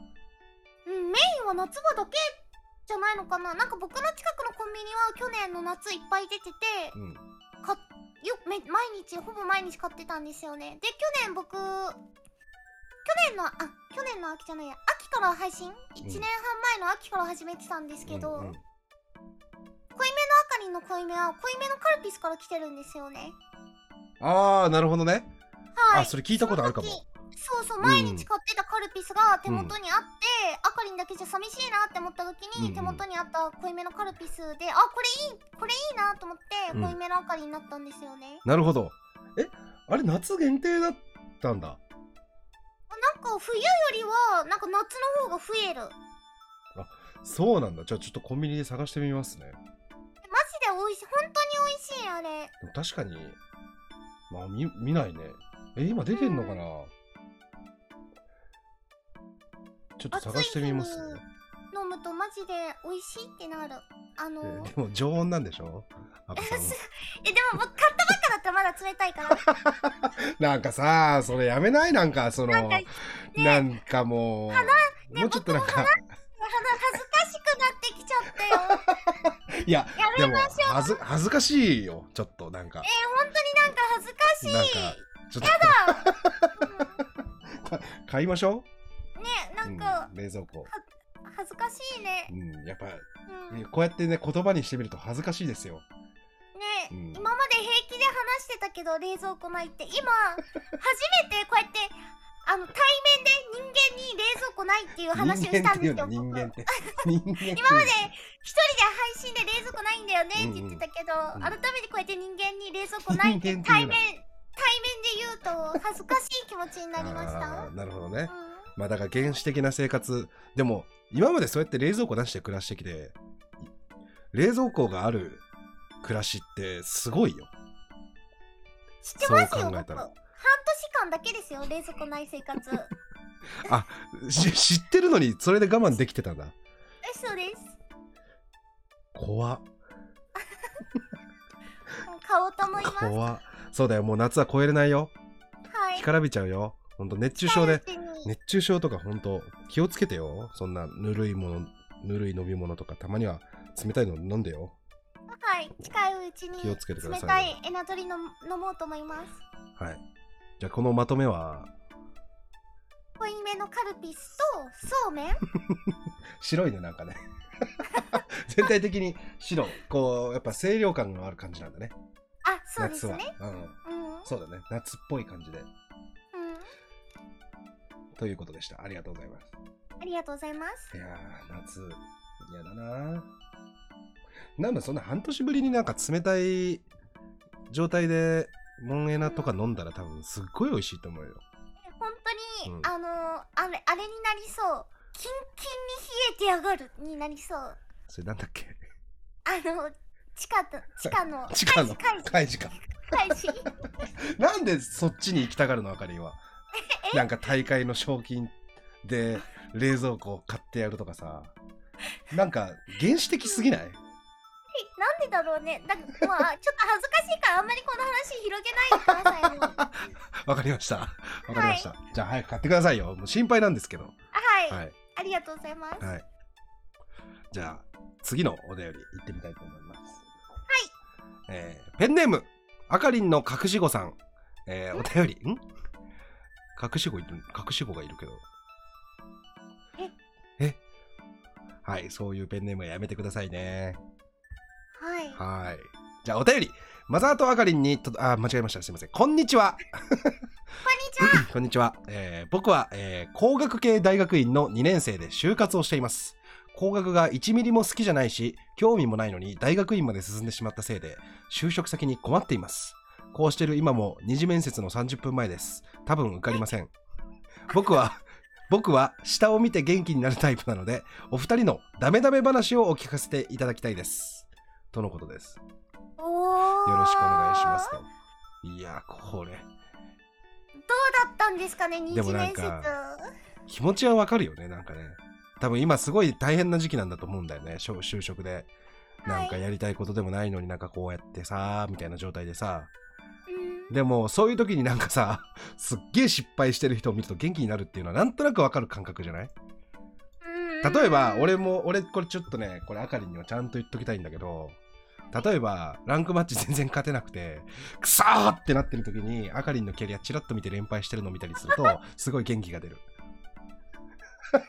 Speaker 2: んメインは夏場だけじゃないのかななんか僕の近くのコンビニは去年の夏いっぱい出てて
Speaker 1: うん。
Speaker 2: かよめ毎日ほぼ毎日買ってたんですよねで去年僕去年のあ去年の秋じゃないや秋から配信1年半前の秋から始めてたんですけど、
Speaker 1: うんうん
Speaker 2: 濃いめのあかりの濃いめは濃いめのカルピスから来てるんですよね
Speaker 1: あー、なるほどね。
Speaker 2: はい
Speaker 1: あ、それ聞いたことあるかも。
Speaker 2: その時そうそう
Speaker 1: うん
Speaker 2: 毎日買ってたカルピスが手元にあって、あかりんだけじゃ寂しいなって思った時
Speaker 1: うんう
Speaker 2: に
Speaker 1: ん
Speaker 2: 手元にあった濃いめのカルピスであこれいいこれいいなと思って
Speaker 1: うん
Speaker 2: 濃いめのあかりになったんですよね、
Speaker 1: なるほど。え、あれ夏限定だったんだ。
Speaker 2: なんか冬よりはなんか夏の方が増えるマ
Speaker 1: そうなんだ。じゃあちょっとコンビニで探してみますね。
Speaker 2: ジで美味しい本当に美味しいあれ
Speaker 1: でも確かに、まあ見見ないね。え、今出てんのかな、ちょっと探してみます、
Speaker 2: 暑い日に飲むとマジで美味しいってなるあのー、
Speaker 1: でも常温なんでしょアコさんは
Speaker 2: えでも僕買ったばっかだったらまだ冷たいから
Speaker 1: なんかさそれやめないなんかその
Speaker 2: なんかね
Speaker 1: なんかもう、
Speaker 2: ね
Speaker 1: もうちょっとなん
Speaker 2: 僕
Speaker 1: か
Speaker 2: も鼻恥ずかしくなってきちゃったよ
Speaker 1: いや
Speaker 2: や
Speaker 1: で
Speaker 2: め
Speaker 1: も
Speaker 2: ましょう
Speaker 1: 恥ず恥ずかしいよちょっとなんか
Speaker 2: えー、本当になんか恥ずかしい
Speaker 1: なんかちょっと買いましょ
Speaker 2: ねな
Speaker 1: う、
Speaker 2: んか
Speaker 1: うん冷蔵庫、
Speaker 2: 恥ずかしいね
Speaker 1: う、ん、やっぱ
Speaker 2: うん、
Speaker 1: ねこうやってね言葉にしてみると恥ずかしいですよ
Speaker 2: ね、
Speaker 1: うん
Speaker 2: 今まで平気で話してたけど冷蔵庫ないって今初めてこうやってあの対面で人間に冷蔵庫ないっていう話をしたんですよ
Speaker 1: 人
Speaker 2: 僕
Speaker 1: 間って いうのは人間って人間っていうの
Speaker 2: 今
Speaker 1: は
Speaker 2: まで一人で配信で冷蔵庫ないんだよねって言ってたけど、
Speaker 1: うんうん
Speaker 2: 改めてこうやって人間に冷蔵庫ないって
Speaker 1: 人間ってい
Speaker 2: 対
Speaker 1: う
Speaker 2: 面
Speaker 1: のは
Speaker 2: 対面で言うと恥ずかしい気持ちになりました
Speaker 1: あ。ーなるほどね
Speaker 2: うん
Speaker 1: まあだから原始的な生活でも今までそうやって冷蔵庫なしで暮らしてきて冷蔵庫がある暮らしってすごいよ
Speaker 2: 知ってます
Speaker 1: そう
Speaker 2: よ、
Speaker 1: 考え
Speaker 2: 僕。
Speaker 1: た
Speaker 2: 半
Speaker 1: ら
Speaker 2: 年間だけですよ、冷蔵庫ない生活。え、
Speaker 1: し知ってるのにそれで我慢できてたんだ
Speaker 2: そうです。
Speaker 1: 怖っ
Speaker 2: もう買おうと思います。は
Speaker 1: 怖っそうだよもう夏は超えれないよ
Speaker 2: い。
Speaker 1: 干からびちゃうよほんと熱中症で
Speaker 2: 近いうちに
Speaker 1: 熱中症とかほんと気をつけてよそんなぬるいものぬるい飲み物とかたまには冷たいの飲んでよ
Speaker 2: はい、近いうちに
Speaker 1: 気をつけてください
Speaker 2: 冷たいエナドリの飲もうと思います。
Speaker 1: はいじゃあこのまとめは
Speaker 2: 濃いめのカルピスとそ うめん
Speaker 1: 白いねなんかね 全体的に白こうやっぱ清涼感のある感じなんだね
Speaker 2: あ、そうです
Speaker 1: 夏は
Speaker 2: ね。
Speaker 1: うん
Speaker 2: うん。うん。
Speaker 1: そうだね夏っぽい感じでということでしたありがとうございます
Speaker 2: ありがとうございます。
Speaker 1: いやー夏嫌だななんだそんな半年ぶりになんか冷たい状態でモンエナとか飲んだら多分すっごい美味しいと思うよ
Speaker 2: 本当に、
Speaker 1: うん
Speaker 2: あのあれ、あれになりそう。キンキンに冷えてやがるになりそう。あ
Speaker 1: それなんだっけ
Speaker 2: の、地下と、地下の、
Speaker 1: 地下の
Speaker 2: 開始
Speaker 1: 開示か
Speaker 2: 開始。開始
Speaker 1: なんでそっちに行きたがるのあかりんはなんか大会の賞金で冷蔵庫を買ってやるとかさなんか原始的すぎない
Speaker 2: えなんでだろうね。だ まあ、ちょっと恥ずかしいから、あんまりこの話広げないでくださいね。
Speaker 1: わかりましたわかりました、じゃあ早く買ってくださいよもう心配なんですけど
Speaker 2: はい、
Speaker 1: はい
Speaker 2: ありがとうございます。
Speaker 1: はいじゃあ次のお便り行ってみたいと思いますはい、えーペンネームあかりんの隠し子さん、えーお便りん隠し子いる隠し子がいるけどええはいそういうペンネームはやめてくださいね
Speaker 2: はい。
Speaker 1: はい。じゃあお便り、マザーとあかりんにと、あ、間違えました。すいません。こんにちは。
Speaker 2: こんにちは。
Speaker 1: こんにちは。えー僕は、えー工学系大学院の2年生で就活をしています。工学が1ミリも好きじゃないし、興味もないのに大学院まで進んでしまったせいで、就職先に困っています。こうしてる今も二次面接の30分前です。多分受かりません。僕は、僕は下を見て元気になるタイプなので、お二人のダメダメ話をお聞かせていただきたいです。とのことです。
Speaker 2: おー
Speaker 1: よろしくお願いします
Speaker 2: どう
Speaker 1: と。いや、これ、
Speaker 2: だったんですかね、二
Speaker 1: で
Speaker 2: 次
Speaker 1: もな
Speaker 2: 面
Speaker 1: ん
Speaker 2: 接。
Speaker 1: か
Speaker 2: は
Speaker 1: 気持ちはわかるよね、なんかね。多分今すごい大変な時期なんだと思うんだよね、しょ就職で。なんか
Speaker 2: い、
Speaker 1: やりたいことでもないのになんかこうやってさ、みたいな状態でさ。
Speaker 2: うん
Speaker 1: でもそういう時になんかさ、すっげえ失敗してる人を見ると元気になるっていうのはなんとなくわかる感覚じゃない例えば、俺も、俺これちょっとね、これあかりんにはちゃんと言っときたいんだけど、例えば、ランクマッチ全然勝てなくて、くそーってなってる時に、あかりんのキャリアチラッと見て連敗してるのを見たりすると、すごい元気が出る。
Speaker 2: なる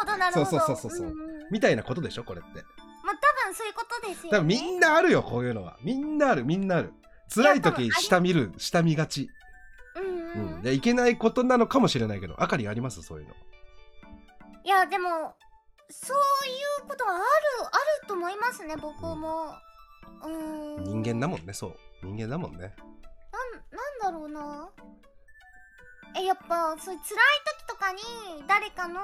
Speaker 2: ほど、なるほど。
Speaker 1: そうそうそうそうそうん
Speaker 2: ん
Speaker 1: みたいなことでしょ、これって。
Speaker 2: まあ、多分そういうことですよ、ね。
Speaker 1: 多分みんなあるよ、こういうのは。みんなある、みんなある。辛い時、下見る、下見がち。
Speaker 2: うん
Speaker 1: う
Speaker 2: うん
Speaker 1: ん。でいけないことなのかもしれないけど、あかりんありますそういうの。
Speaker 2: いや、でも、そういうことはある、あると思いますね、僕も。うん。
Speaker 1: 人間だもんね、そう。人間だもんね。
Speaker 2: なん、なんだろうな。え、やっぱ、そういう辛い時とかに、誰かの、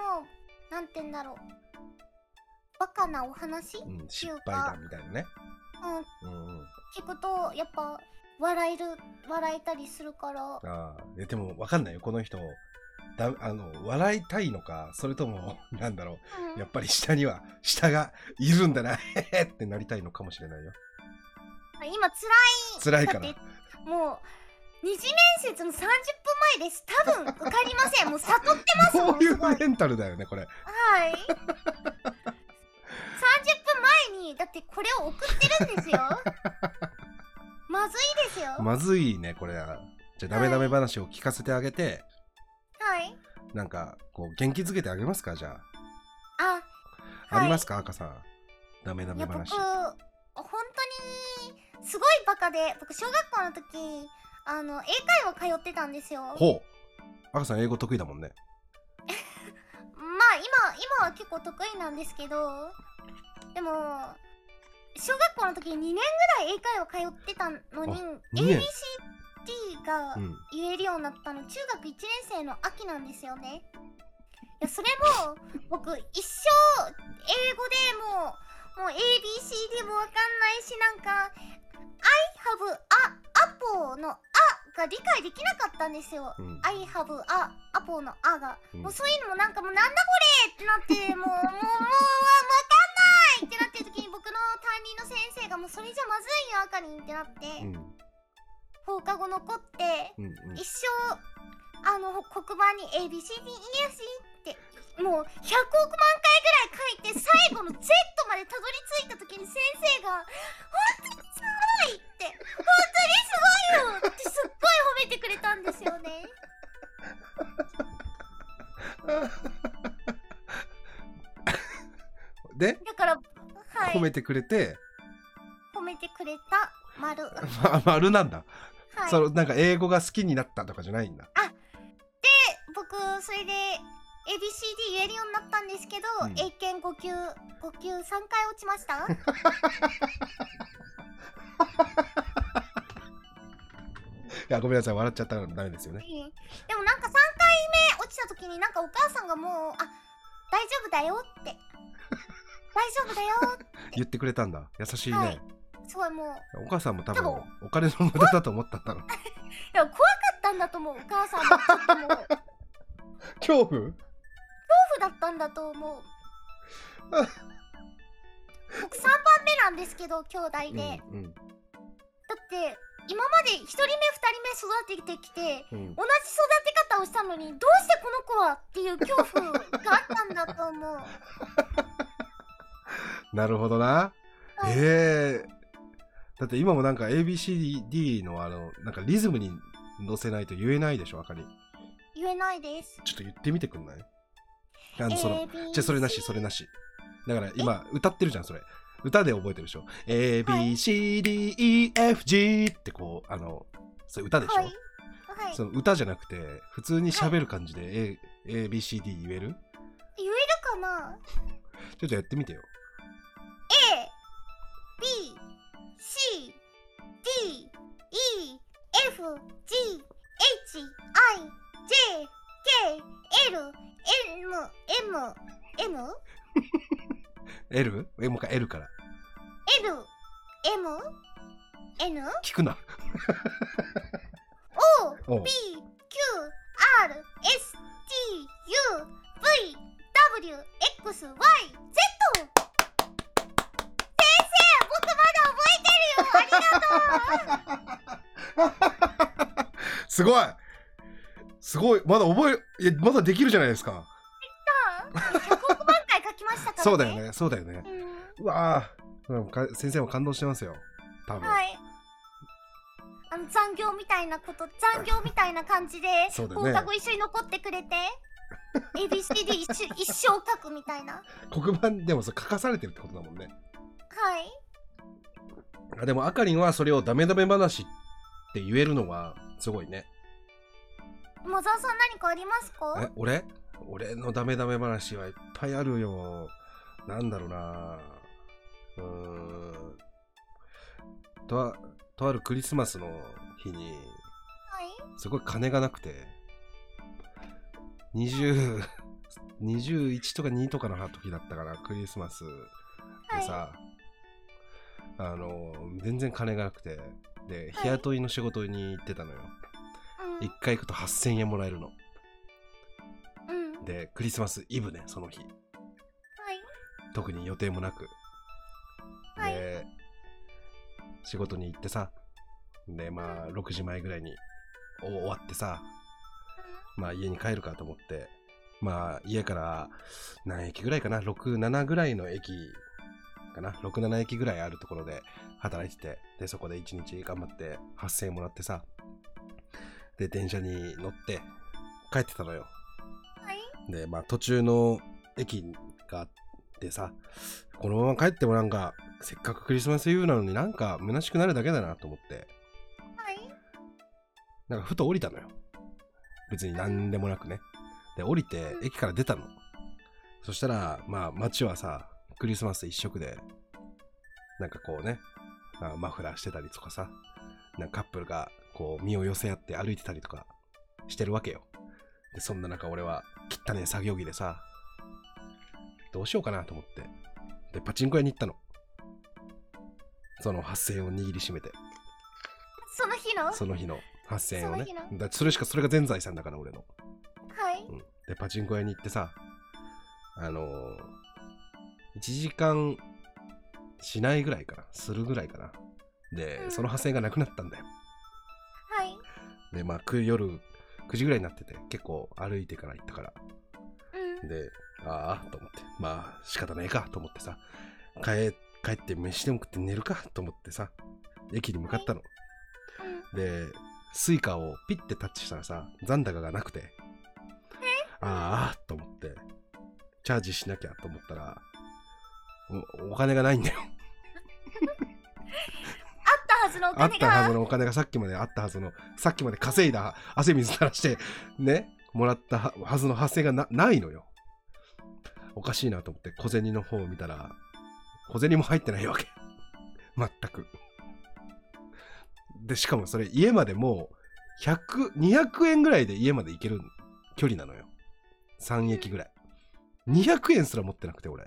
Speaker 2: なんて言うんだろう。バカなお話、
Speaker 1: う
Speaker 2: うん、
Speaker 1: ん、失敗だ、みたいなね。うんうん。
Speaker 2: 聞くと、やっぱ、笑える、笑えたりするから。
Speaker 1: ああ、えでもわかんないよ、この人、だあの笑いたいのかそれとも なんだろ
Speaker 2: うん
Speaker 1: うやっぱり下には下がいるんだなってなりたいのかもしれないよ
Speaker 2: 今辛
Speaker 1: 辛
Speaker 2: い
Speaker 1: いから
Speaker 2: だってもう二次面接の30分前です多分受かりませんもう悟ってますも
Speaker 1: こ
Speaker 2: ん
Speaker 1: うい
Speaker 2: すごいう
Speaker 1: メンタルだよねこれ
Speaker 2: はい30分前にだってこれを送ってるんで すよまずいですよ、
Speaker 1: まずいねこれはじゃあダメダメ話を聞かせてあげて、
Speaker 2: はい
Speaker 1: なんかこう元気づけてあげますかじゃ
Speaker 2: あ
Speaker 1: あ、
Speaker 2: はい
Speaker 1: ありますか赤さんダメダ
Speaker 2: い
Speaker 1: メ
Speaker 2: や僕
Speaker 1: 話
Speaker 2: 本当にすごいバカで僕小学校の時あの英会話通ってたんですよまあ
Speaker 1: ほう赤さん英語得意だもんね
Speaker 2: 今今は結構得意なんですけどでも小学校の時に2年ぐらい英会話通ってたのに
Speaker 1: あ二年
Speaker 2: ABCD が
Speaker 1: うん
Speaker 2: 言えるようになったの中学1年生の秋なんですよねいやそれも僕一生英語でもうもう ABCD もわかんないしなんか「I have a アポ」の「あ」が理解できなかったんですよ
Speaker 1: うん
Speaker 2: 「I have a アポ」の「あ」が
Speaker 1: うん
Speaker 2: もうそういうのもなんかもうなんだこれってなってもうもうもうわわかんないってなってる時に僕の担任の先生がもうそれじゃまずいよ赤にってなって、
Speaker 1: うん
Speaker 2: 放課後残って
Speaker 1: うんうん
Speaker 2: 一生あの黒板に ABCDEFC ってもう100億万回ぐらい書いて最後の Z までたどり着いた時に先生が「本当にすごい!」って「本当にすごいよ!」ってすっごい褒めてくれたんですよね。
Speaker 1: で
Speaker 2: だから、はい、
Speaker 1: 褒めてくれて、
Speaker 2: 褒めてくれた丸、は
Speaker 1: まあ丸なんだ、
Speaker 2: い、
Speaker 1: そのなんか英語が好きになったとかじゃないんだ
Speaker 2: 僕それで ABCD 言えるようになったんですけど、
Speaker 1: うん
Speaker 2: 英検5級5級3回落ちました
Speaker 1: いやごめんなさい笑っちゃったらダメですよね
Speaker 2: いいでもなんか3回目落ちた時になんかお母さんがもう「あ大丈夫だよ」って「大丈夫だよ
Speaker 1: 言ってくれたんだ優しいね、
Speaker 2: はい」すごいもう
Speaker 1: お母さんも多
Speaker 2: 多
Speaker 1: 分
Speaker 2: 分
Speaker 1: お金の無駄だと思ったん だろう
Speaker 2: いや怖かったんだと思うお母さんもちょっともう恐怖
Speaker 1: 恐怖
Speaker 2: だったんだと思う僕3番目なんですけど兄弟で、
Speaker 1: うん
Speaker 2: だ
Speaker 1: うん
Speaker 2: って今まで1人目2人目育ててきて
Speaker 1: うん
Speaker 2: 同じ育て方をしたのにどうしてこの子はっていう恐怖があったんだと思う
Speaker 1: なるほどな
Speaker 2: はい
Speaker 1: ええだって今もなんか ABCD のあのなんかリズムに乗せないと言えないでしょあかり
Speaker 2: 言えないです
Speaker 1: ちょっと言ってみてくんないあのその
Speaker 2: ABC
Speaker 1: じゃあそれなしそれなしだから今歌ってるじゃんそれ歌で覚えてるでしょ ABCDEFG ってこうあのそれ歌でしょ、
Speaker 2: はいはい
Speaker 1: その歌じゃなくて普通に喋る感じで A- ABCD 言える
Speaker 2: 言えるかな
Speaker 1: ちょっとやってみてよ
Speaker 2: A B C D E F G H I J K L M M M
Speaker 1: L? えもう一回 L から
Speaker 2: L M N
Speaker 1: 聞くな
Speaker 2: O
Speaker 1: おう
Speaker 2: P Q R S T U V W X Y Z 先生僕まだ覚えてるよありがとう
Speaker 1: すごいすごいまだ覚えいやまだできるじゃないですか
Speaker 2: 100億万回書きましたからね。
Speaker 1: そうだよねそうだよね
Speaker 2: う
Speaker 1: うわーうんか先生も感動してますよ多
Speaker 2: ん。
Speaker 1: 分、
Speaker 2: はい。あの残業みたいなこと、残業みたいな感じで、
Speaker 1: そうだよ
Speaker 2: 放
Speaker 1: ね
Speaker 2: 課後一緒に残ってくれて、ABCD 一緒一生書くみたいな。は
Speaker 1: 黒板でもそれ書かされてるってことだもんね
Speaker 2: い。
Speaker 1: あでもあかりんはそれをダメダメ話って言えるのはすごいね
Speaker 2: マザーさん何かあります
Speaker 1: え
Speaker 2: か
Speaker 1: 俺俺のダメダメ話はいっぱいあるよなんだろうなうーんとあとあるクリスマスの日に
Speaker 2: はい。
Speaker 1: すごい金がなくて20 21とか2とかの時だったからクリスマスでさ、あの全然金がなくてで
Speaker 2: はい
Speaker 1: 日雇いの仕事に行ってたのよ、
Speaker 2: うん。
Speaker 1: 1回行くと8000円もらえるので、クリスマスイブね、その日。
Speaker 2: はい。
Speaker 1: 特に予定もなく。
Speaker 2: はい
Speaker 1: で、仕事に行ってさ、で、まあ、6時前ぐらいにお終わってさ、まあ、家に帰るかと思って、まあ、家から何駅ぐらいかな、6、7ぐらいの駅かな、6、7駅ぐらいあるところで働いてて、で、そこで1日頑張って8000円もらってさ、で、電車に乗って帰ってたのよ。
Speaker 2: はい。
Speaker 1: で、まあ途中の駅があってさ、このまま帰ってもなんか、せっかくクリスマスイブなのになんか虚しくなるだけだなと思って、
Speaker 2: はい。
Speaker 1: なんかふと降りたのよ。別に何でもなくね。で、降りて駅から出たの。そしたら、まあ街はさ、クリスマス一色で、なんかこうね、あマフラーしてたりとかさ、なんかカップルがこう身を寄せ合って歩いてたりとかしてるわけよ。で、そんな中俺は汚ねえ作業着でさ、どうしようかなと思って。で、パチンコ屋に行ったの。その8000円を握りしめて。
Speaker 2: その日の
Speaker 1: その日の8000円をね
Speaker 2: その日。
Speaker 1: だそれしか、それが全財産だから、俺の。
Speaker 2: はい。
Speaker 1: うんで、パチンコ屋に行ってさ、あのー、1時間しないぐらいかな、するぐらいかな。
Speaker 2: う
Speaker 1: で、
Speaker 2: ん
Speaker 1: その8000円がなくなったんだよ。
Speaker 2: はい。
Speaker 1: で、まあ、く夜9時ぐらいになってて、結構歩いてから行ったから。
Speaker 2: うん。
Speaker 1: で、ああ、と思って、まあ、仕方ねえかと思ってさ、帰帰って飯でも食って寝るかと思ってさ、駅に向かったの。
Speaker 2: うん。
Speaker 1: で、スイカをピッてタッチしたらさ、残高がなくて、ああ、と思って、チャージしなきゃと思ったら、おお金がないんだよ。
Speaker 2: あったはずのお
Speaker 1: あっ
Speaker 2: 金
Speaker 1: たはず
Speaker 2: が。
Speaker 1: のお金がさっきまであったはずの、さっきまで稼いだ汗水垂らして、ね、もらったははずの発生がなないのよ。おかしいなと思って小銭の方を見たら、小銭も入ってないわけ。全く。で、しかもそれ家までもう100、200円ぐらいで家まで行ける距離なのよ。3駅ぐらい。200円すら持ってなくて俺。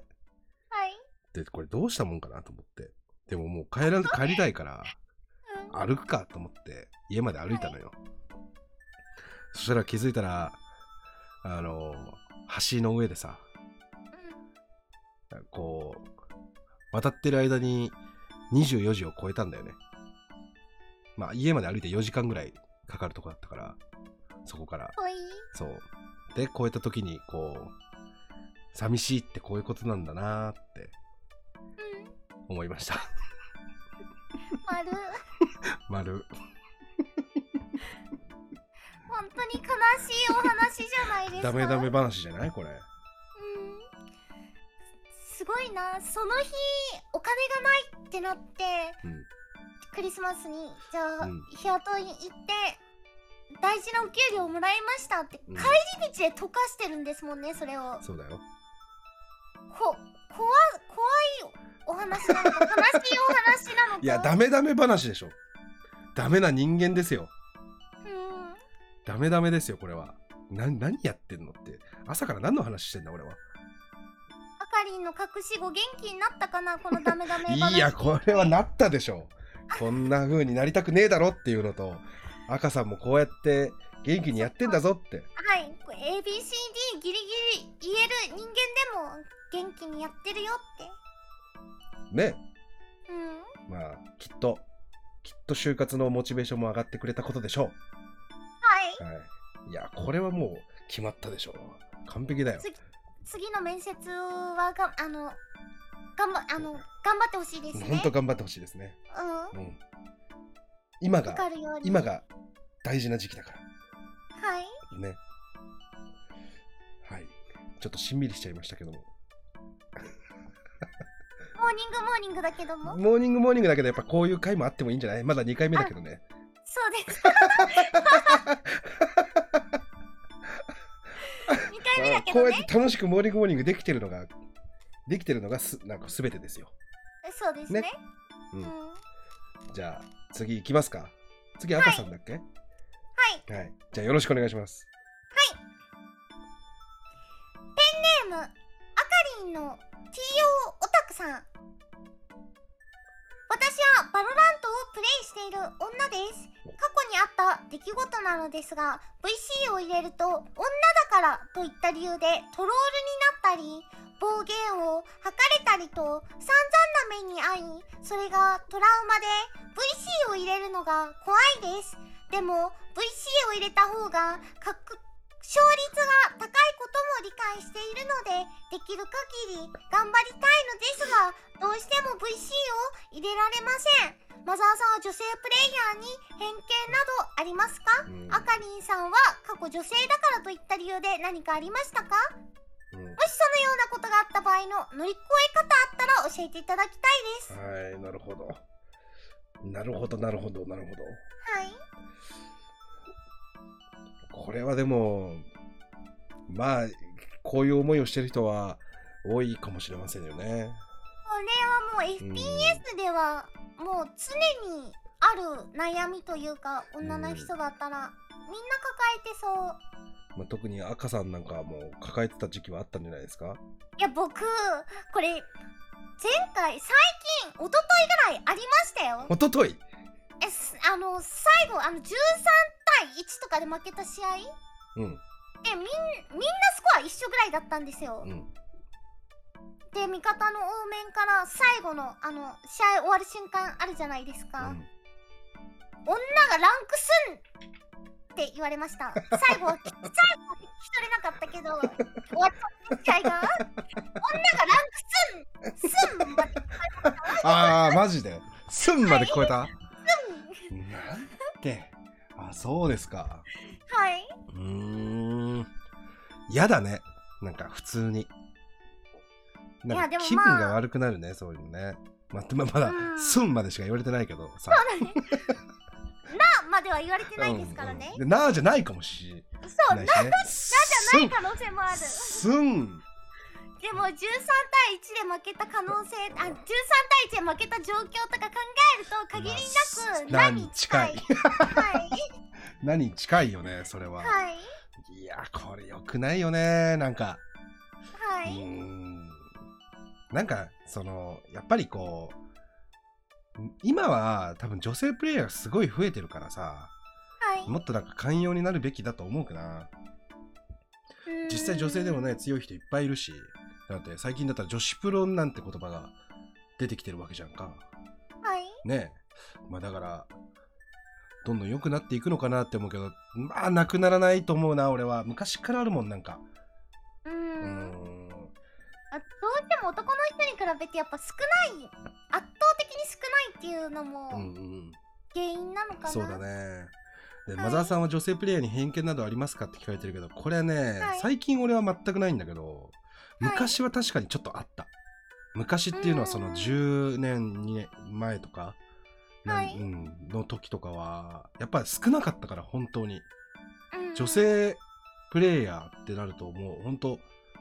Speaker 2: はい。
Speaker 1: で、これどうしたもんかなと思って。でももう帰らん、帰りたいから。
Speaker 2: うん。
Speaker 1: 歩くかと思って家まで歩いたのよ、そしたら気づいたらあの橋の上でさ
Speaker 2: うん
Speaker 1: こう渡ってる間に24時を超えたんだよねまあ家まで歩いて4時間ぐらいかかるとこだったからそこから
Speaker 2: ほい。
Speaker 1: そうで超えた時にこう寂しいってこういうことなんだなーって
Speaker 2: うん。
Speaker 1: 思いました
Speaker 2: 丸。
Speaker 1: 丸
Speaker 2: 本当に悲しいお話じゃないですか。
Speaker 1: ダメダメ話じゃないこれ
Speaker 2: うんすごいなその日お金がないってなって
Speaker 1: うん
Speaker 2: クリスマスにじゃあ、
Speaker 1: うん
Speaker 2: 日雇いに行って大事なお給料もらいましたって、
Speaker 1: うん
Speaker 2: 帰り道で溶かしてるんですもんねそれを
Speaker 1: そうだよ
Speaker 2: こ怖怖いお話なのか悲しいお話なのか
Speaker 1: いや、ダメダメ話でしょ。ダメな人間ですよ。
Speaker 2: うん
Speaker 1: ダメダメですよ、これは。な、何やってんのって。朝から何の話してんだ、俺は。
Speaker 2: あかりんの隠し子元気になったかなこのダメダメ話
Speaker 1: いや、これはなったでしょ。こんな風になりたくねえだろっていうのと、赤さんもこうやって元気にやってんだぞって。
Speaker 2: はい、これ ABCD ギリギリ言える人間でも元気にやってるよっ
Speaker 1: ね。
Speaker 2: て。うん。
Speaker 1: まあ、きっと、きっと就活のモチベーションも上がってくれたことでしょ
Speaker 2: はい。
Speaker 1: う。はい。いや、これはもう決まったでしょ。完璧だよ。
Speaker 2: 次の面接はがあの頑張あの頑張ってほしいです
Speaker 1: ほん
Speaker 2: ね。
Speaker 1: と頑張ってほしいですね。
Speaker 2: うん。
Speaker 1: うん。今
Speaker 2: わ
Speaker 1: が、
Speaker 2: かるように。
Speaker 1: 今が大事な時期だから。
Speaker 2: はい。
Speaker 1: ね。はい。ちょっとしんみりしちゃいましたけども。
Speaker 2: モーニングモーニングだけども。
Speaker 1: モーニングモーニングだけど、やっぱこういう回もあってもいいんじゃないまだ2回目だけどね。
Speaker 2: そう です。二回目だけ
Speaker 1: こ
Speaker 2: ど
Speaker 1: うやっ
Speaker 2: ね。
Speaker 1: て楽しくモーニングモーニングできてるのが、できてるのがす、なんか全てですよ。
Speaker 2: そうですね。
Speaker 1: ねう
Speaker 2: うんん。は。
Speaker 1: じゃあ、次行きますか。次、赤さんだっけ、はいい、じゃあ、よろしくお願いします。
Speaker 2: ゲームあかりんの TO オタクさん私はバロラントをプレイしている女です過去にあった出来事なのですが VC を入れると女だからといった理由でトロールになったり暴言を吐かれたりと散々な目に遭いそれがトラウマで VC を入れるのが怖いですでも VC を入れた方が確勝率が高いことも理解しているのでできる限り頑張りたいのですがどうしても VC を入れられませんマザーさんは女性プレイヤーに偏見などありますか
Speaker 1: うん
Speaker 2: あかりんさんは過去女性だからといった理由で何かありましたか
Speaker 1: うん
Speaker 2: もしそのようなことがあった場合の乗り越え方あったら教えていただきたいですは
Speaker 1: はい、なるほど。なるほど、なるほど、なるほ
Speaker 2: い
Speaker 1: ど。これはでも、まあ、こういう思いをしてる人は多いかもしれませんよね。
Speaker 2: これはもう
Speaker 1: う
Speaker 2: FPS
Speaker 1: ん
Speaker 2: ではもう常にある悩みというか女の人だったらみんな抱えてそう
Speaker 1: まあ、特に赤さんなんかはもう抱えてた時期はあったんじゃないですか
Speaker 2: いや僕これ前回最近一昨日ぐらいありましたよ
Speaker 1: おととい
Speaker 2: えすあの最後あの13対1とかで負けた試合
Speaker 1: うん、
Speaker 2: でみんみんなスコア一緒ぐらいだったんですよ
Speaker 1: うん、
Speaker 2: で味方の応面から最後のあの試合終わる瞬間あるじゃないですか、女がランクすんって言われました最後は最後は聞き取れなかったけど終わった試合が女がランクすんすんまで
Speaker 1: ああ、マジで。すんまで聞こえたなんて。あ、そうですか。
Speaker 2: はいう
Speaker 1: ーん。嫌だね。なんか普通に。
Speaker 2: い
Speaker 1: な
Speaker 2: や
Speaker 1: ん
Speaker 2: で
Speaker 1: か
Speaker 2: も
Speaker 1: 気分
Speaker 2: まあ
Speaker 1: が悪くなるね、そういうのね。まあ、まあまだ
Speaker 2: う、ん
Speaker 1: すんまでしか言われてないけどさ。
Speaker 2: そうだね。なまでは言われてないですからね。
Speaker 1: うんうんでなあじゃないかもし
Speaker 2: そう、
Speaker 1: れ
Speaker 2: な
Speaker 1: ない
Speaker 2: じ
Speaker 1: しね。な
Speaker 2: ゃない可能性もある。
Speaker 1: すん。
Speaker 2: でも13対1で負けた可能性、あ、13対1で負けた状況とか考えると限りなく、
Speaker 1: まあ
Speaker 2: 何に近い。
Speaker 1: 何に
Speaker 2: はい。
Speaker 1: 何に近いよね、それは。
Speaker 2: はい。
Speaker 1: いや、これ良くないよね、なんか。
Speaker 2: は
Speaker 1: うー
Speaker 2: い。
Speaker 1: んなんかそのやっぱりこう今は多分女性プレイヤーがすごい増えてるからさ
Speaker 2: はい。
Speaker 1: もっとなんか寛容になるべきだと思うかな実際女性でもね強い人いっぱいいるしだって最近だったら女子プロなんて言葉が出てきてるわけじゃんか
Speaker 2: うん。はい。
Speaker 1: ねえまあだからどんどん良くなっていくのかなって思うけどまあなくならないと思うな俺は昔からあるもんなんか
Speaker 2: う
Speaker 1: うー
Speaker 2: ん。
Speaker 1: ん
Speaker 2: あどうしても男の人に比べてやっぱ少ない、圧倒的に少ないっていうのも
Speaker 1: うんうん
Speaker 2: 原因なのかな。
Speaker 1: そうだ。ねで、
Speaker 2: はい
Speaker 1: マザーさんは女性プレイヤーに偏見などありますかって聞かれてるけどこれね、
Speaker 2: はい
Speaker 1: 最近俺は全くないんだけど昔は確かにちょっとあった、昔っていうのはそ
Speaker 2: うん
Speaker 1: の10年2年前とか、なん
Speaker 2: はい
Speaker 1: うん、の時とかはやっぱり少なかったから本当に
Speaker 2: うん、
Speaker 1: 女。性プレイヤーってなるともう本当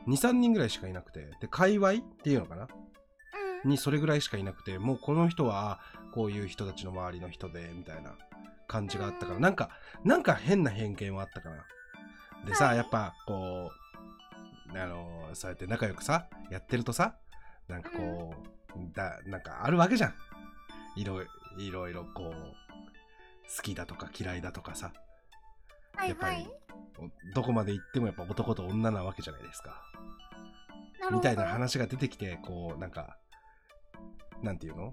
Speaker 1: 23人ぐらいしかいなくてで界隈っていうのかな
Speaker 2: うん。
Speaker 1: にそれぐらいしかいなくてもうこの人はこういう人たちの周りの人でみたいな感じがあったから
Speaker 2: うん
Speaker 1: なんかなんか変な偏見はあったかなでさ、
Speaker 2: はい
Speaker 1: やっぱこうあのそうやって仲良くさやってるとさなんかこう、だなんかあるわけじゃんいろいいろいろこう好きだとか嫌いだとかさ
Speaker 2: はい
Speaker 1: やっぱ
Speaker 2: は
Speaker 1: り
Speaker 2: い。
Speaker 1: どこまで行ってもやっぱ男と女なわけじゃないですか
Speaker 2: なるほど。
Speaker 1: みたいな話が出てきてこうなんかなんていうの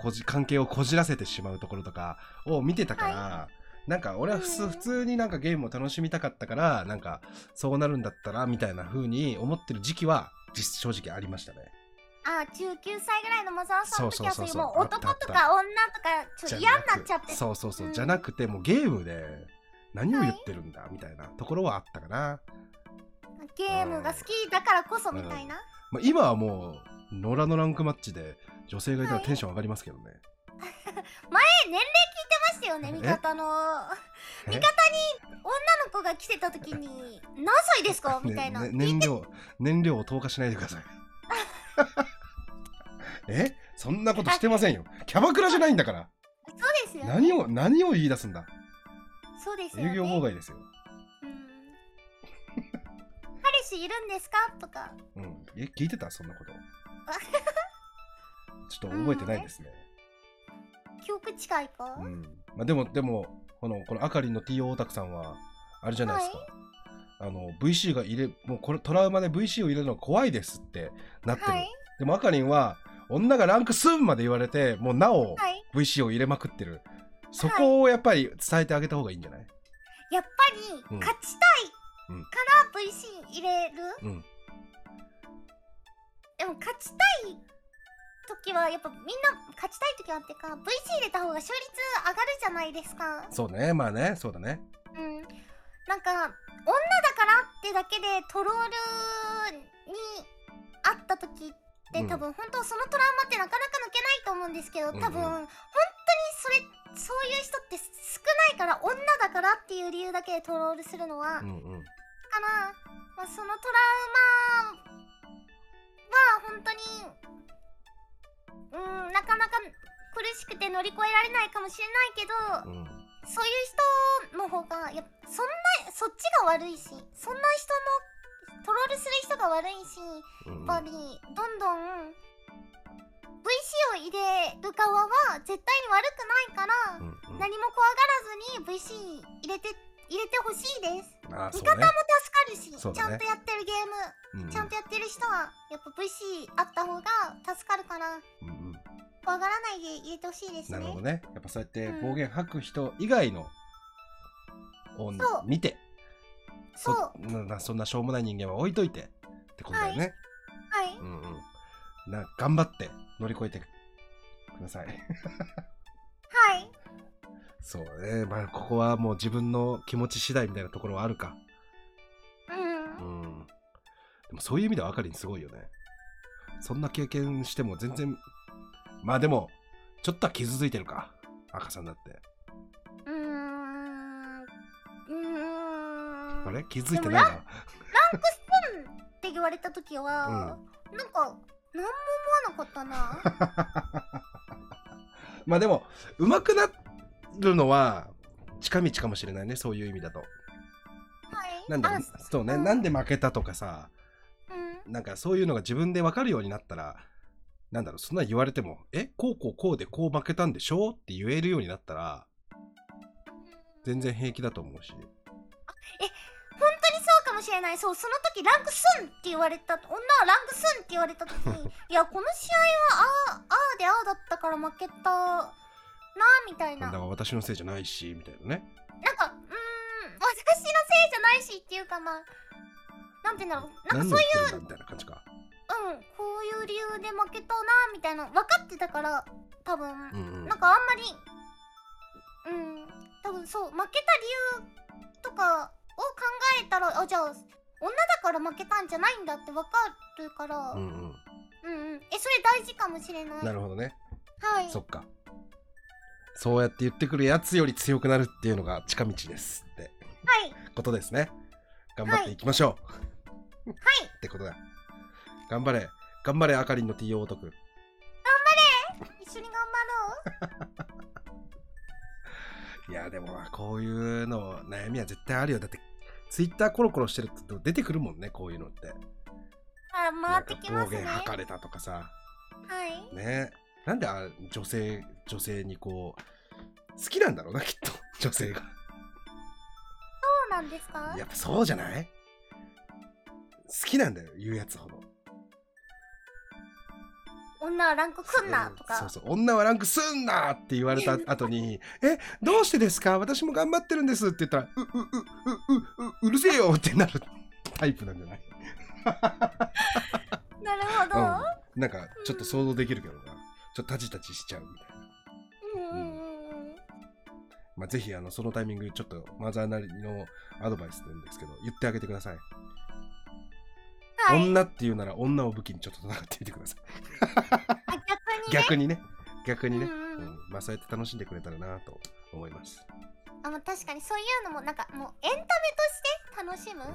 Speaker 1: こじ関係をこじらせてしまうところとかを見てたから、なんか俺は普通,、
Speaker 2: うん
Speaker 1: 普通になんかゲームを楽しみたかったからなんかそうなるんだったらみたいな風に思ってる時期は実正直ありましたね。
Speaker 2: あ19歳ぐらいのマザーさんの時は
Speaker 1: そ
Speaker 2: そ
Speaker 1: そうそう
Speaker 2: う
Speaker 1: そう
Speaker 2: ういうもう
Speaker 1: あった
Speaker 2: 男
Speaker 1: あった
Speaker 2: とか女とかちょっと嫌になっちゃって
Speaker 1: そうそうそう、
Speaker 2: うん
Speaker 1: じゃなくてもうゲームで何を言ってるんだみたいなところはあったかな。
Speaker 2: ゲームが好きだからこそみたいな、
Speaker 1: まあ、今はもう野良のランクマッチで女性がいたらテンション上がりますけどね。
Speaker 2: え年齢聞いてましたよね
Speaker 1: え
Speaker 2: 味方の
Speaker 1: え
Speaker 2: 味方に女の子が来てた時に 「何歳ですか?」みたいな、
Speaker 1: ねね燃料燃料を投下しないでくだ さいえそんなことしてませんよキャバクラじゃないんだから
Speaker 2: そうですよね
Speaker 1: 何を何を言い出すんだ
Speaker 2: そうですよ
Speaker 1: 営
Speaker 2: ね
Speaker 1: 業妨害ですよ、
Speaker 2: うん彼氏いるんですかとか
Speaker 1: うん、え聞い てたそんなことちょっと覚えてないですね、
Speaker 2: 今日記憶違いか、
Speaker 1: うんまあ、でもでもこのこのあかりんの TO オタクさんはあれじゃないですか、あの VC が入れもうこれトラウマで VC を入れるのが怖いですってなってる、
Speaker 2: はい
Speaker 1: でもあかりんは女がランク数まで言われてもうなお
Speaker 2: はい
Speaker 1: VC を入れまくってるそこをやっぱり伝えてあげた方がいいんじゃない、
Speaker 2: やっぱ
Speaker 1: う
Speaker 2: り
Speaker 1: ん
Speaker 2: 勝ちたいから VC 入れる、
Speaker 1: うん
Speaker 2: でも勝ちたい時はやっぱみんな勝ちたい時はってか VC 入れた方が勝率上がるじゃないですか
Speaker 1: そうねまあねそうだね
Speaker 2: うんなんか女だからってだけでトロールにあった時って
Speaker 1: うん
Speaker 2: 多分本当そのトラウマってなかなか抜けないと思うんですけど
Speaker 1: うんうん
Speaker 2: 多分本当にそれそういう人って少ないから女だからっていう理由だけでトロールするのは、
Speaker 1: うんうん
Speaker 2: から、まあ、そのトラウマは本当にうんなかなか苦しくて乗り越えられないかもしれないけど
Speaker 1: うん
Speaker 2: そういう人の方がやっぱそんなそっちが悪いしそんな人のトロールする人が悪いし
Speaker 1: うん
Speaker 2: やっぱりどんどん VC を入れる側は絶対に悪くないから
Speaker 1: うんうん
Speaker 2: 何も怖がらずに VC 入れて入れてほしいです。
Speaker 1: ああそう
Speaker 2: 味方も
Speaker 1: ね
Speaker 2: 助かるし、
Speaker 1: そう
Speaker 2: ち
Speaker 1: だ
Speaker 2: ゃ
Speaker 1: ね
Speaker 2: んとやってるゲー
Speaker 1: う
Speaker 2: ム、
Speaker 1: んうん
Speaker 2: ちゃんとやってる人はやっぱ VC あった方が助かるから
Speaker 1: うんうん
Speaker 2: 怖がらないで入れてほしいですね
Speaker 1: なるほどねやっぱそうやって暴言吐く人以外のを
Speaker 2: そう
Speaker 1: 見て
Speaker 2: そうは
Speaker 1: ななそんなしょうもない人間は置いといてってことだよね、
Speaker 2: い
Speaker 1: うんうんな頑張って乗り越えてください
Speaker 2: はい
Speaker 1: そうねまあここはもう自分の気持ち次第みたいなところはあるか
Speaker 2: うん
Speaker 1: うんでもそういう意味ではあかりんすごいよねそんな経験しても全然まあでもちょっとは傷ついてるか赤さんだって
Speaker 2: うーんうーん
Speaker 1: あ
Speaker 2: っ
Speaker 1: れ気づいてないな
Speaker 2: て言われた時は、なんか何も思わなかったな
Speaker 1: まあでも上手くなるのは近道かもしれないねそういう意味だと
Speaker 2: はい
Speaker 1: なんで
Speaker 2: あ
Speaker 1: そうね、
Speaker 2: うん
Speaker 1: なんで負けたとかさ
Speaker 2: うん
Speaker 1: なんかそういうのが自分で分かるようになったらなんだろうそんな言われても「えこうこうこうでこう負けたんでしょ?」って言えるようになったら全然平気だと思うし
Speaker 2: 本当にそうかもしれないそうその時ランクスンって言われた女はランクスンって言われた時 いやこの試合はああああでああだったから負けたなあみたい
Speaker 1: な
Speaker 2: なん
Speaker 1: だ
Speaker 2: なんか
Speaker 1: か私のせいじゃないしみたいなね
Speaker 2: うーん私のせいじゃないしっていうかまあなんて言うんだろうなん
Speaker 1: 何の
Speaker 2: かそう
Speaker 1: 言
Speaker 2: い
Speaker 1: ってるんだみたいな感じか
Speaker 2: ううんこういう理由で負けたなあみたいな分かってたから多分、
Speaker 1: うんうん
Speaker 2: なんかあんまりうん多分そう負けた理由とかを考えたらあじゃあ女だから負けたんじゃないんだってわかるから、
Speaker 1: う
Speaker 2: う、
Speaker 1: んん
Speaker 2: うんえそれ大事かもしれな
Speaker 1: う
Speaker 2: い
Speaker 1: んなるほどね
Speaker 2: はい
Speaker 1: そっかそうやって言ってくるやつより強くなるっていうのが近道ですって
Speaker 2: はい
Speaker 1: ことですね頑張っていきましょう、
Speaker 2: はい
Speaker 1: ってことだ頑張れ頑張れあかりんの TO お得
Speaker 2: 一緒に頑張ろう
Speaker 1: いやでもまあこういうの悩みは絶対あるよだってツイッターコロコロしてると出てくるもんねこういうのって
Speaker 2: あ
Speaker 1: なん
Speaker 2: 回って
Speaker 1: か
Speaker 2: きま
Speaker 1: 暴
Speaker 2: すね
Speaker 1: 言
Speaker 2: は
Speaker 1: 吐かれたとかさ
Speaker 2: い
Speaker 1: ねなんであ女性女性にこう好きなんだろうなきっと女性が
Speaker 2: そうなんですか
Speaker 1: やっぱそうじゃない好きなんだよ言うやつほど
Speaker 2: 女はランクくんなとか
Speaker 1: そうそう女はランクすんなって言われた後に「えどうしてですか私も頑張ってるんです」って言ったら「うううううううるせえよ」ってなるタイプなんじゃない、
Speaker 2: なるほど、
Speaker 1: うん、なんかちょっと想像できるけどなちょっとタジタジしちゃうみたいな、
Speaker 2: うんうんうんうん
Speaker 1: まあ、ぜひあのそのタイミングちょっとマザーなりのアドバイスなんですけど言ってあげてください、
Speaker 2: はい
Speaker 1: 女っていうなら女を武器にちょっと戦ってみてください
Speaker 2: あ逆にね
Speaker 1: 逆にね逆にね、
Speaker 2: うんうん
Speaker 1: うんまあそうやって楽しんでくれたらなと思います、
Speaker 2: あもう確かにそういうのもなんかもうエンタメとして楽
Speaker 1: う
Speaker 2: しむ
Speaker 1: ん、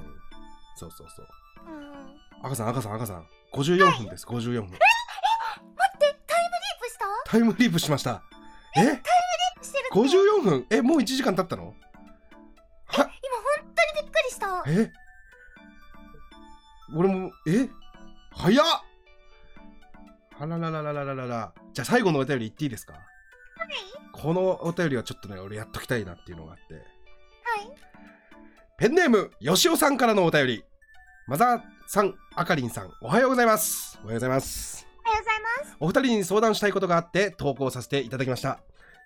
Speaker 1: そうそうそう
Speaker 2: うんうん
Speaker 1: 赤さん赤さん赤さん54分です、54分
Speaker 2: 待ってタイムリープした
Speaker 1: タイムリープしましたえ
Speaker 2: してるって今
Speaker 1: 54分えもう1時間経ったの
Speaker 2: 本当にびっくりしたえ
Speaker 1: え俺もえ早っあららららららららじゃあ最後のお便り言っていいですかこのお便りはちょっとね俺やっときたいなっていうのがあって
Speaker 2: はい。
Speaker 1: ペンネームよしおさんからのお便りマザーさんあかりんさんおはようございますおはようございます
Speaker 2: おはようございます。
Speaker 1: お二人に相談したいことがあって投稿させていただきました、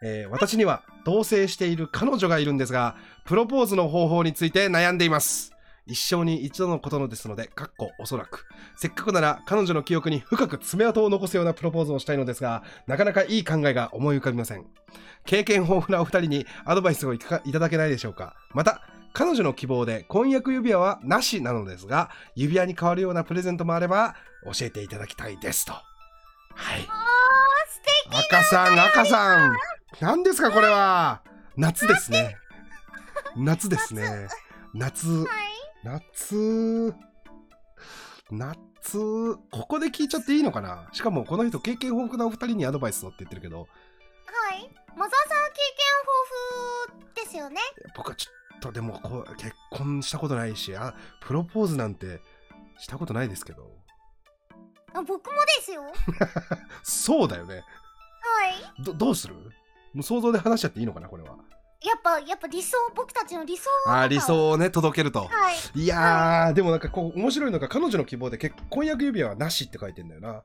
Speaker 1: えー私には同棲している彼女がいるんですがプロポーズの方法について悩んでいます一生に一度のことのですのでかっこおそらくせっかくなら彼女の記憶に深く爪痕を残すようなプロポーズをしたいのですがなかなかいい考えが思い浮かびません経験豊富なお二人にアドバイスをいかいただけないでしょうかまた彼女の希望で婚約指輪はなしなのですが指輪に変わるようなプレゼントもあれば教えていただきたいですとはい
Speaker 2: おー、素敵。
Speaker 1: 赤さん赤さん何ですかこれは夏ですね夏ですね夏
Speaker 2: はい。
Speaker 1: 夏夏ここで聞いちゃっていいのかなしかもこの人経験豊富なお二人にアドバイスをって言ってるけど
Speaker 2: はい。マザーさんは経験豊富ですよね。
Speaker 1: 僕はちょっとでもこう結婚したことないしあプロポーズなんてしたことないですけど
Speaker 2: あ僕もで すよ。はい。
Speaker 1: そうだよねどどうするもう想像で話しちゃっていいのかなこれは
Speaker 2: やっぱ、やっぱ理想、僕たちの理想
Speaker 1: あー理想をね届けると
Speaker 2: はい。
Speaker 1: いやー、でもなんかこう、面白いのが、彼女の希望で結婚約指輪はなしって書いてんだよな。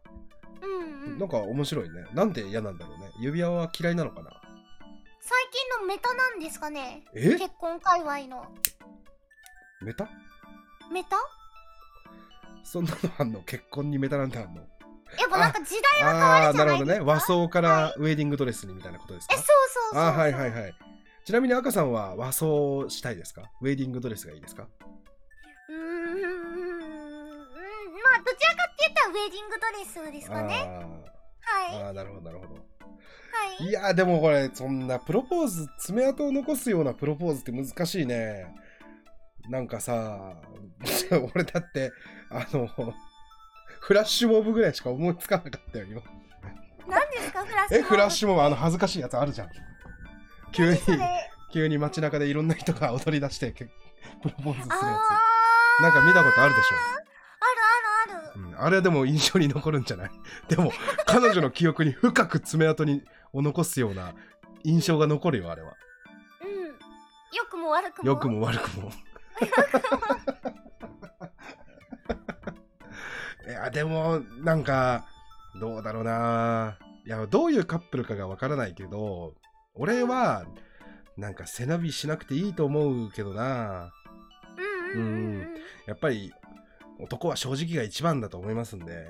Speaker 2: うん、
Speaker 1: な
Speaker 2: う
Speaker 1: ん
Speaker 2: ん。
Speaker 1: か面白いね。なんで嫌なんだろうね。指輪は嫌いなのかな。
Speaker 2: 最近のメタなんですかね。
Speaker 1: え
Speaker 2: 結婚界隈の。
Speaker 1: メタ
Speaker 2: メタ
Speaker 1: そんなのあんの結婚にメタなんてあんの
Speaker 2: やっぱなんか時代は変わ
Speaker 1: あ
Speaker 2: る
Speaker 1: ー、
Speaker 2: じ
Speaker 1: な
Speaker 2: ゃな
Speaker 1: る
Speaker 2: い
Speaker 1: ほど
Speaker 2: です
Speaker 1: ね。
Speaker 2: か。
Speaker 1: 和装からウェディングドレスにみたいなことですか
Speaker 2: え、そうそうそう。
Speaker 1: あーはいはい
Speaker 2: い。
Speaker 1: はい。ちなみに赤さんは和装したいですかウェディングドレスがいいですか
Speaker 2: うーん。うんまあ、どちらかって言ったらウェディングドレスですかね。
Speaker 1: あ
Speaker 2: はい。
Speaker 1: ー
Speaker 2: は
Speaker 1: あー、なるほどなるほど。
Speaker 2: い。
Speaker 1: いやーでもこれそんなプロポーズ爪痕を残すようなプロポーズって難しいねなんかさ 俺だってあのフラッシュモブぐらいしか思いつかなかったよ今
Speaker 2: 何ですか、フラッシュモ
Speaker 1: え
Speaker 2: ブ。
Speaker 1: フラッシュモブあの恥ずかしいやつあるじゃん急に
Speaker 2: それ。
Speaker 1: 急に街中でいろんな人が踊り出してけプロポーズするや
Speaker 2: あー
Speaker 1: つなんか見たことあるでし
Speaker 2: あるあるある
Speaker 1: ょ、うん、あれはでも印象に残るんじゃない でも彼女の記憶に深く爪痕にを残すような印象が残るよあれは
Speaker 2: うん良くも悪くも
Speaker 1: 良くも悪くも。 いやでもなんかどうだろうないやどういうカップルかがわからないけど俺はなんか背伸びしなくていいと思うけどな
Speaker 2: うんうんうんうん
Speaker 1: やっぱり男は正直が一番だと思いますんで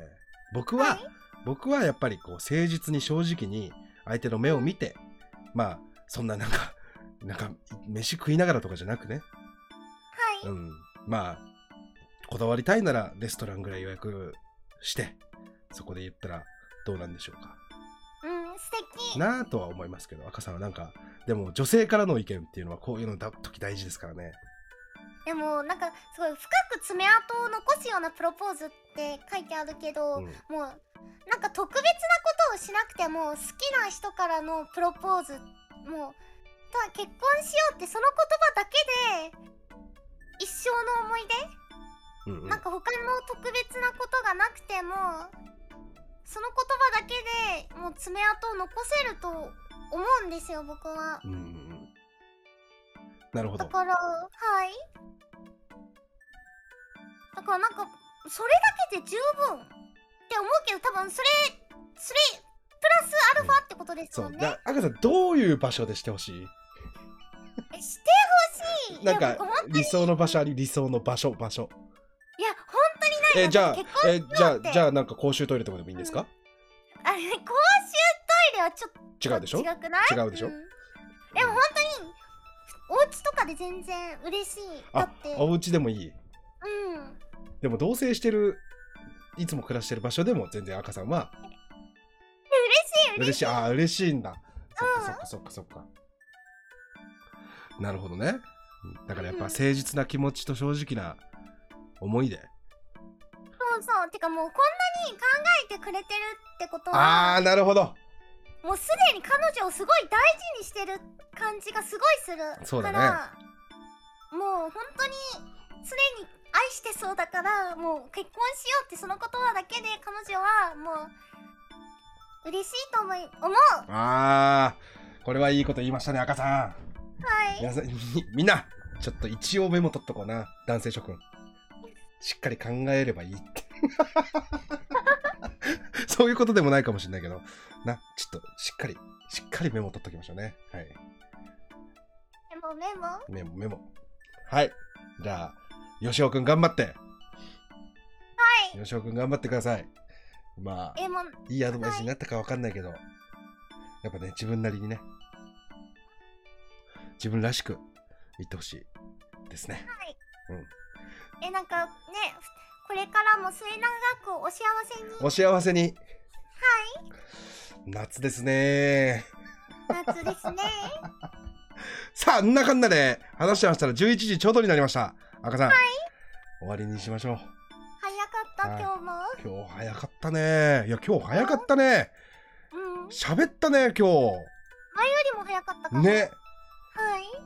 Speaker 1: 僕
Speaker 2: は
Speaker 1: はい僕はやっぱりこう誠実に正直に相手の目を見てまあそんななんかなんか飯食いながらとかじゃなくね
Speaker 2: はい、
Speaker 1: うん、まあこだわりたいならレストランぐらい予約してそこで言ったらどうなんでしょうか
Speaker 2: うん、素敵
Speaker 1: なあとは思いますけど赤さんはなんかでも女性からの意見っていうのはこういうのだ時大事ですからね
Speaker 2: でもなんかすごい深く爪痕を残すようなプロポーズって書いてあるけど、
Speaker 1: うん
Speaker 2: もうなんか特別なことをしなくても好きな人からのプロポーズもうただ結婚しようってその言葉だけで一生の思い出
Speaker 1: うんうん
Speaker 2: なんか他の特別なことがなくてもその言葉だけでもう爪痕を残せると思うんですよ僕は
Speaker 1: うんうんうんなるほ
Speaker 2: だ
Speaker 1: ど
Speaker 2: からはいだからなんかそれだけで十分って思うけど多分それそれプラスアルファってことです
Speaker 1: そ
Speaker 2: も
Speaker 1: うん
Speaker 2: ね、
Speaker 1: だ赤さんどういう場所でしてほしい
Speaker 2: えしてほしい
Speaker 1: なん
Speaker 2: い
Speaker 1: か
Speaker 2: や僕ほんい
Speaker 1: 理想の場所あり理想の場所場所
Speaker 2: や本当にない
Speaker 1: えじゃあ
Speaker 2: 結婚
Speaker 1: えじゃ
Speaker 2: って
Speaker 1: あじゃあなんか公衆トイレとかでもいいんですか、
Speaker 2: あれ公衆トイレはちょっと
Speaker 1: 違うでしょ
Speaker 2: 違くない
Speaker 1: 違うでしょ
Speaker 2: んでも本当にお家とかで全然嬉しいだ
Speaker 1: あ
Speaker 2: ってうん
Speaker 1: お家でもいいでも同棲してるいつも暮らしてる場所でも全然赤さんは
Speaker 2: 嬉しい嬉
Speaker 1: 嬉
Speaker 2: しい
Speaker 1: しいあー嬉しいんだそっかそっかそっかそっかなるほどねだからやっぱ
Speaker 2: うん
Speaker 1: 誠実な気持ちと正直な思いで、
Speaker 2: そうそうてかもうこんなに考えてくれてるってこと
Speaker 1: あ
Speaker 2: は
Speaker 1: あなるほど
Speaker 2: もうすでに彼女をすごい大事にしてる感じがすごいする
Speaker 1: そうだね
Speaker 2: からもう本当に常に愛してそうだからもう結婚しようってその言葉だけで彼女はもう嬉しいと思い思う
Speaker 1: あー、これはいいこと言いましたね、赤さ
Speaker 2: は
Speaker 1: ん。
Speaker 2: い
Speaker 1: 皆さん、みみんな、ちょっと一応メモ取っとこうな、男性諸君。しっかり考えればいいって。 そういうことでもないかもしれないけど、な、ちょっとしっかり、しっかりメモ取っときましょうね。はい。
Speaker 2: メモメモ
Speaker 1: メモメモ。はい。じゃあ、吉尾くん頑張って。はい。吉尾くん頑張ってください。まあ、
Speaker 2: えもう
Speaker 1: いいアドバイスになったかわかんないけど、やっぱね、自分なりにね、自分らしく言ってほしいですね。
Speaker 2: えなんかねこれからも末永くお幸せに
Speaker 1: お幸せに。はい。夏ですね。
Speaker 2: 夏です ね
Speaker 1: さあ、んなかんなで話してましたら11時ちょうどになりました。赤さん。終わりにしましょう。
Speaker 2: 早かっ
Speaker 1: は
Speaker 2: た
Speaker 1: い
Speaker 2: 今日も
Speaker 1: 今日早かったね。いや、今日早かったね。
Speaker 2: うん
Speaker 1: 喋ったね、今
Speaker 2: よりも早かったか
Speaker 1: 日。
Speaker 2: も
Speaker 1: ね。
Speaker 2: はいはい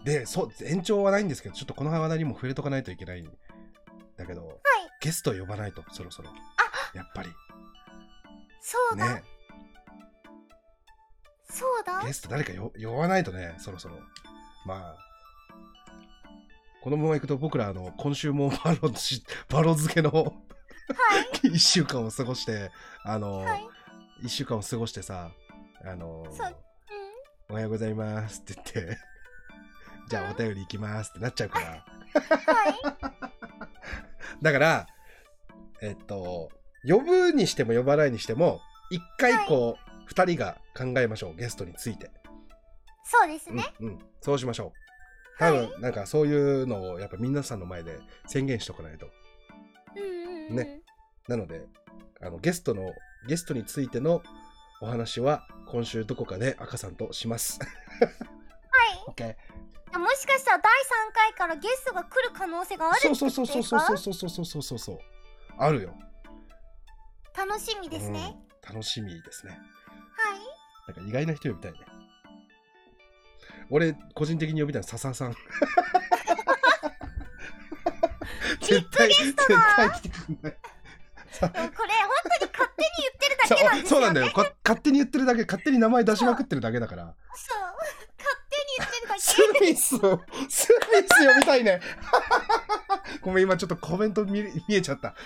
Speaker 1: で、そう、延長はないんですけど、ちょっとこの話題にも触れとかないといけないんだけど、ゲスト呼ばないと、そろそろ。やっぱり。
Speaker 2: そうだ、
Speaker 1: ね。
Speaker 2: そうだ
Speaker 1: ゲスト誰かよ呼ばないとね、そろそろ。まあ。このままいくと僕ら、あの、今週もバロし、バロ漬けの
Speaker 2: はい
Speaker 1: 1週間を過ごして、あの、
Speaker 2: はい
Speaker 1: 1週間を過ごしてさ、あの、
Speaker 2: そうう
Speaker 1: お
Speaker 2: ん
Speaker 1: はようございますって言って、じゃあお便り行きますってなっちゃうから。
Speaker 2: はい。
Speaker 1: だから、えっと、呼ぶにしても呼ばないにしても、一回こう、二、人が考えましょう、ゲストについて。
Speaker 2: そうですね。
Speaker 1: うん、うん、そうしましょう。
Speaker 2: は
Speaker 1: 多
Speaker 2: い
Speaker 1: 分、なんかそういうのを、やっぱ皆さんの前で宣言しとかないと。
Speaker 2: うんうんうん。
Speaker 1: ねなので、あの、ゲストの、ゲストについてのお話は、今週どこかで赤さんとします。
Speaker 2: はい。
Speaker 1: OK。
Speaker 2: もしかしたら第3回からゲストが来る可能性があ る
Speaker 1: そうそうそうそうそうそうそうそうそうそうそう。あるよ。
Speaker 2: 楽しみですね。
Speaker 1: うん楽しみですね。
Speaker 2: はい。
Speaker 1: なんか意外な人呼びたいね。俺、個人的に呼びたいのは笹さ ん。絶対、絶対来てくんない。
Speaker 2: でもこれ本当に勝手に言ってるだけ
Speaker 1: そ
Speaker 2: なんで
Speaker 1: う
Speaker 2: す
Speaker 1: そうな
Speaker 2: よ
Speaker 1: ん
Speaker 2: ね。
Speaker 1: だよ。か勝手に言ってるだけ、勝手に名前出しまくってるだけだから。
Speaker 2: そう。勝手に言ってるだけ。
Speaker 1: ス ミス、スミス呼びたいね。 ごめん、今ちょっとコメント見れ見えちゃった。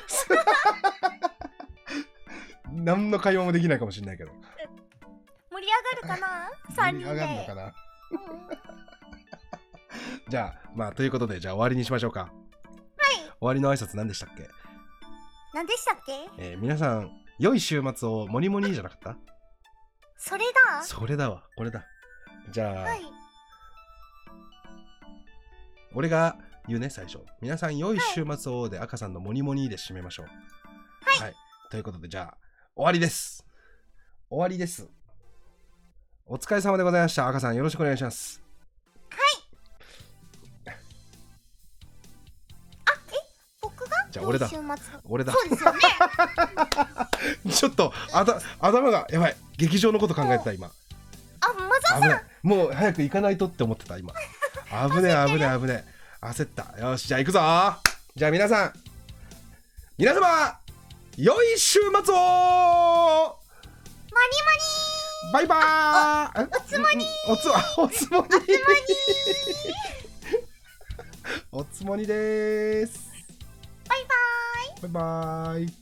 Speaker 1: 何の会話もできないかもしれないけど。
Speaker 2: 盛り上がるかな ?3
Speaker 1: 盛り
Speaker 2: 人
Speaker 1: 上がるのか
Speaker 2: で。
Speaker 1: な。
Speaker 2: うんは
Speaker 1: じゃあ、まあ、ということで、じゃあ終わりにしましょうか。
Speaker 2: い。
Speaker 1: 終わりの挨拶何でしたっけ
Speaker 2: 何でしたっけ
Speaker 1: えー皆さん、良い週末をモニモニじゃなかっ
Speaker 2: それ
Speaker 1: た
Speaker 2: だ。
Speaker 1: それだわ、これだ。じゃあ、
Speaker 2: はい。
Speaker 1: 俺が言うね、最初。皆さん、良い週末をで赤さんのモニモニで締めましょう。はい。ということで、じゃあ、終わりです。終わりです。お疲れ様でございました。赤さん、よろしくお願いします。
Speaker 2: あ、え僕が
Speaker 1: じゃあ俺だ
Speaker 2: 良い週末
Speaker 1: 俺だ
Speaker 2: そ。うですよね。
Speaker 1: ちょっと、あた頭が、やばい。劇場のこと考えてた、今。
Speaker 2: あ、マザ
Speaker 1: 危ない。もう早く行かないとって思ってた、 今。危ねえ、危ねえ、危ねえ。焦った。よし、じゃあ行くぞ。じゃあ皆さん、皆様、良い週末を
Speaker 2: マニマニ
Speaker 1: バイバーイお
Speaker 2: つもに
Speaker 1: おつおつもに おつもにです
Speaker 2: バイバーイ
Speaker 1: バイバーイ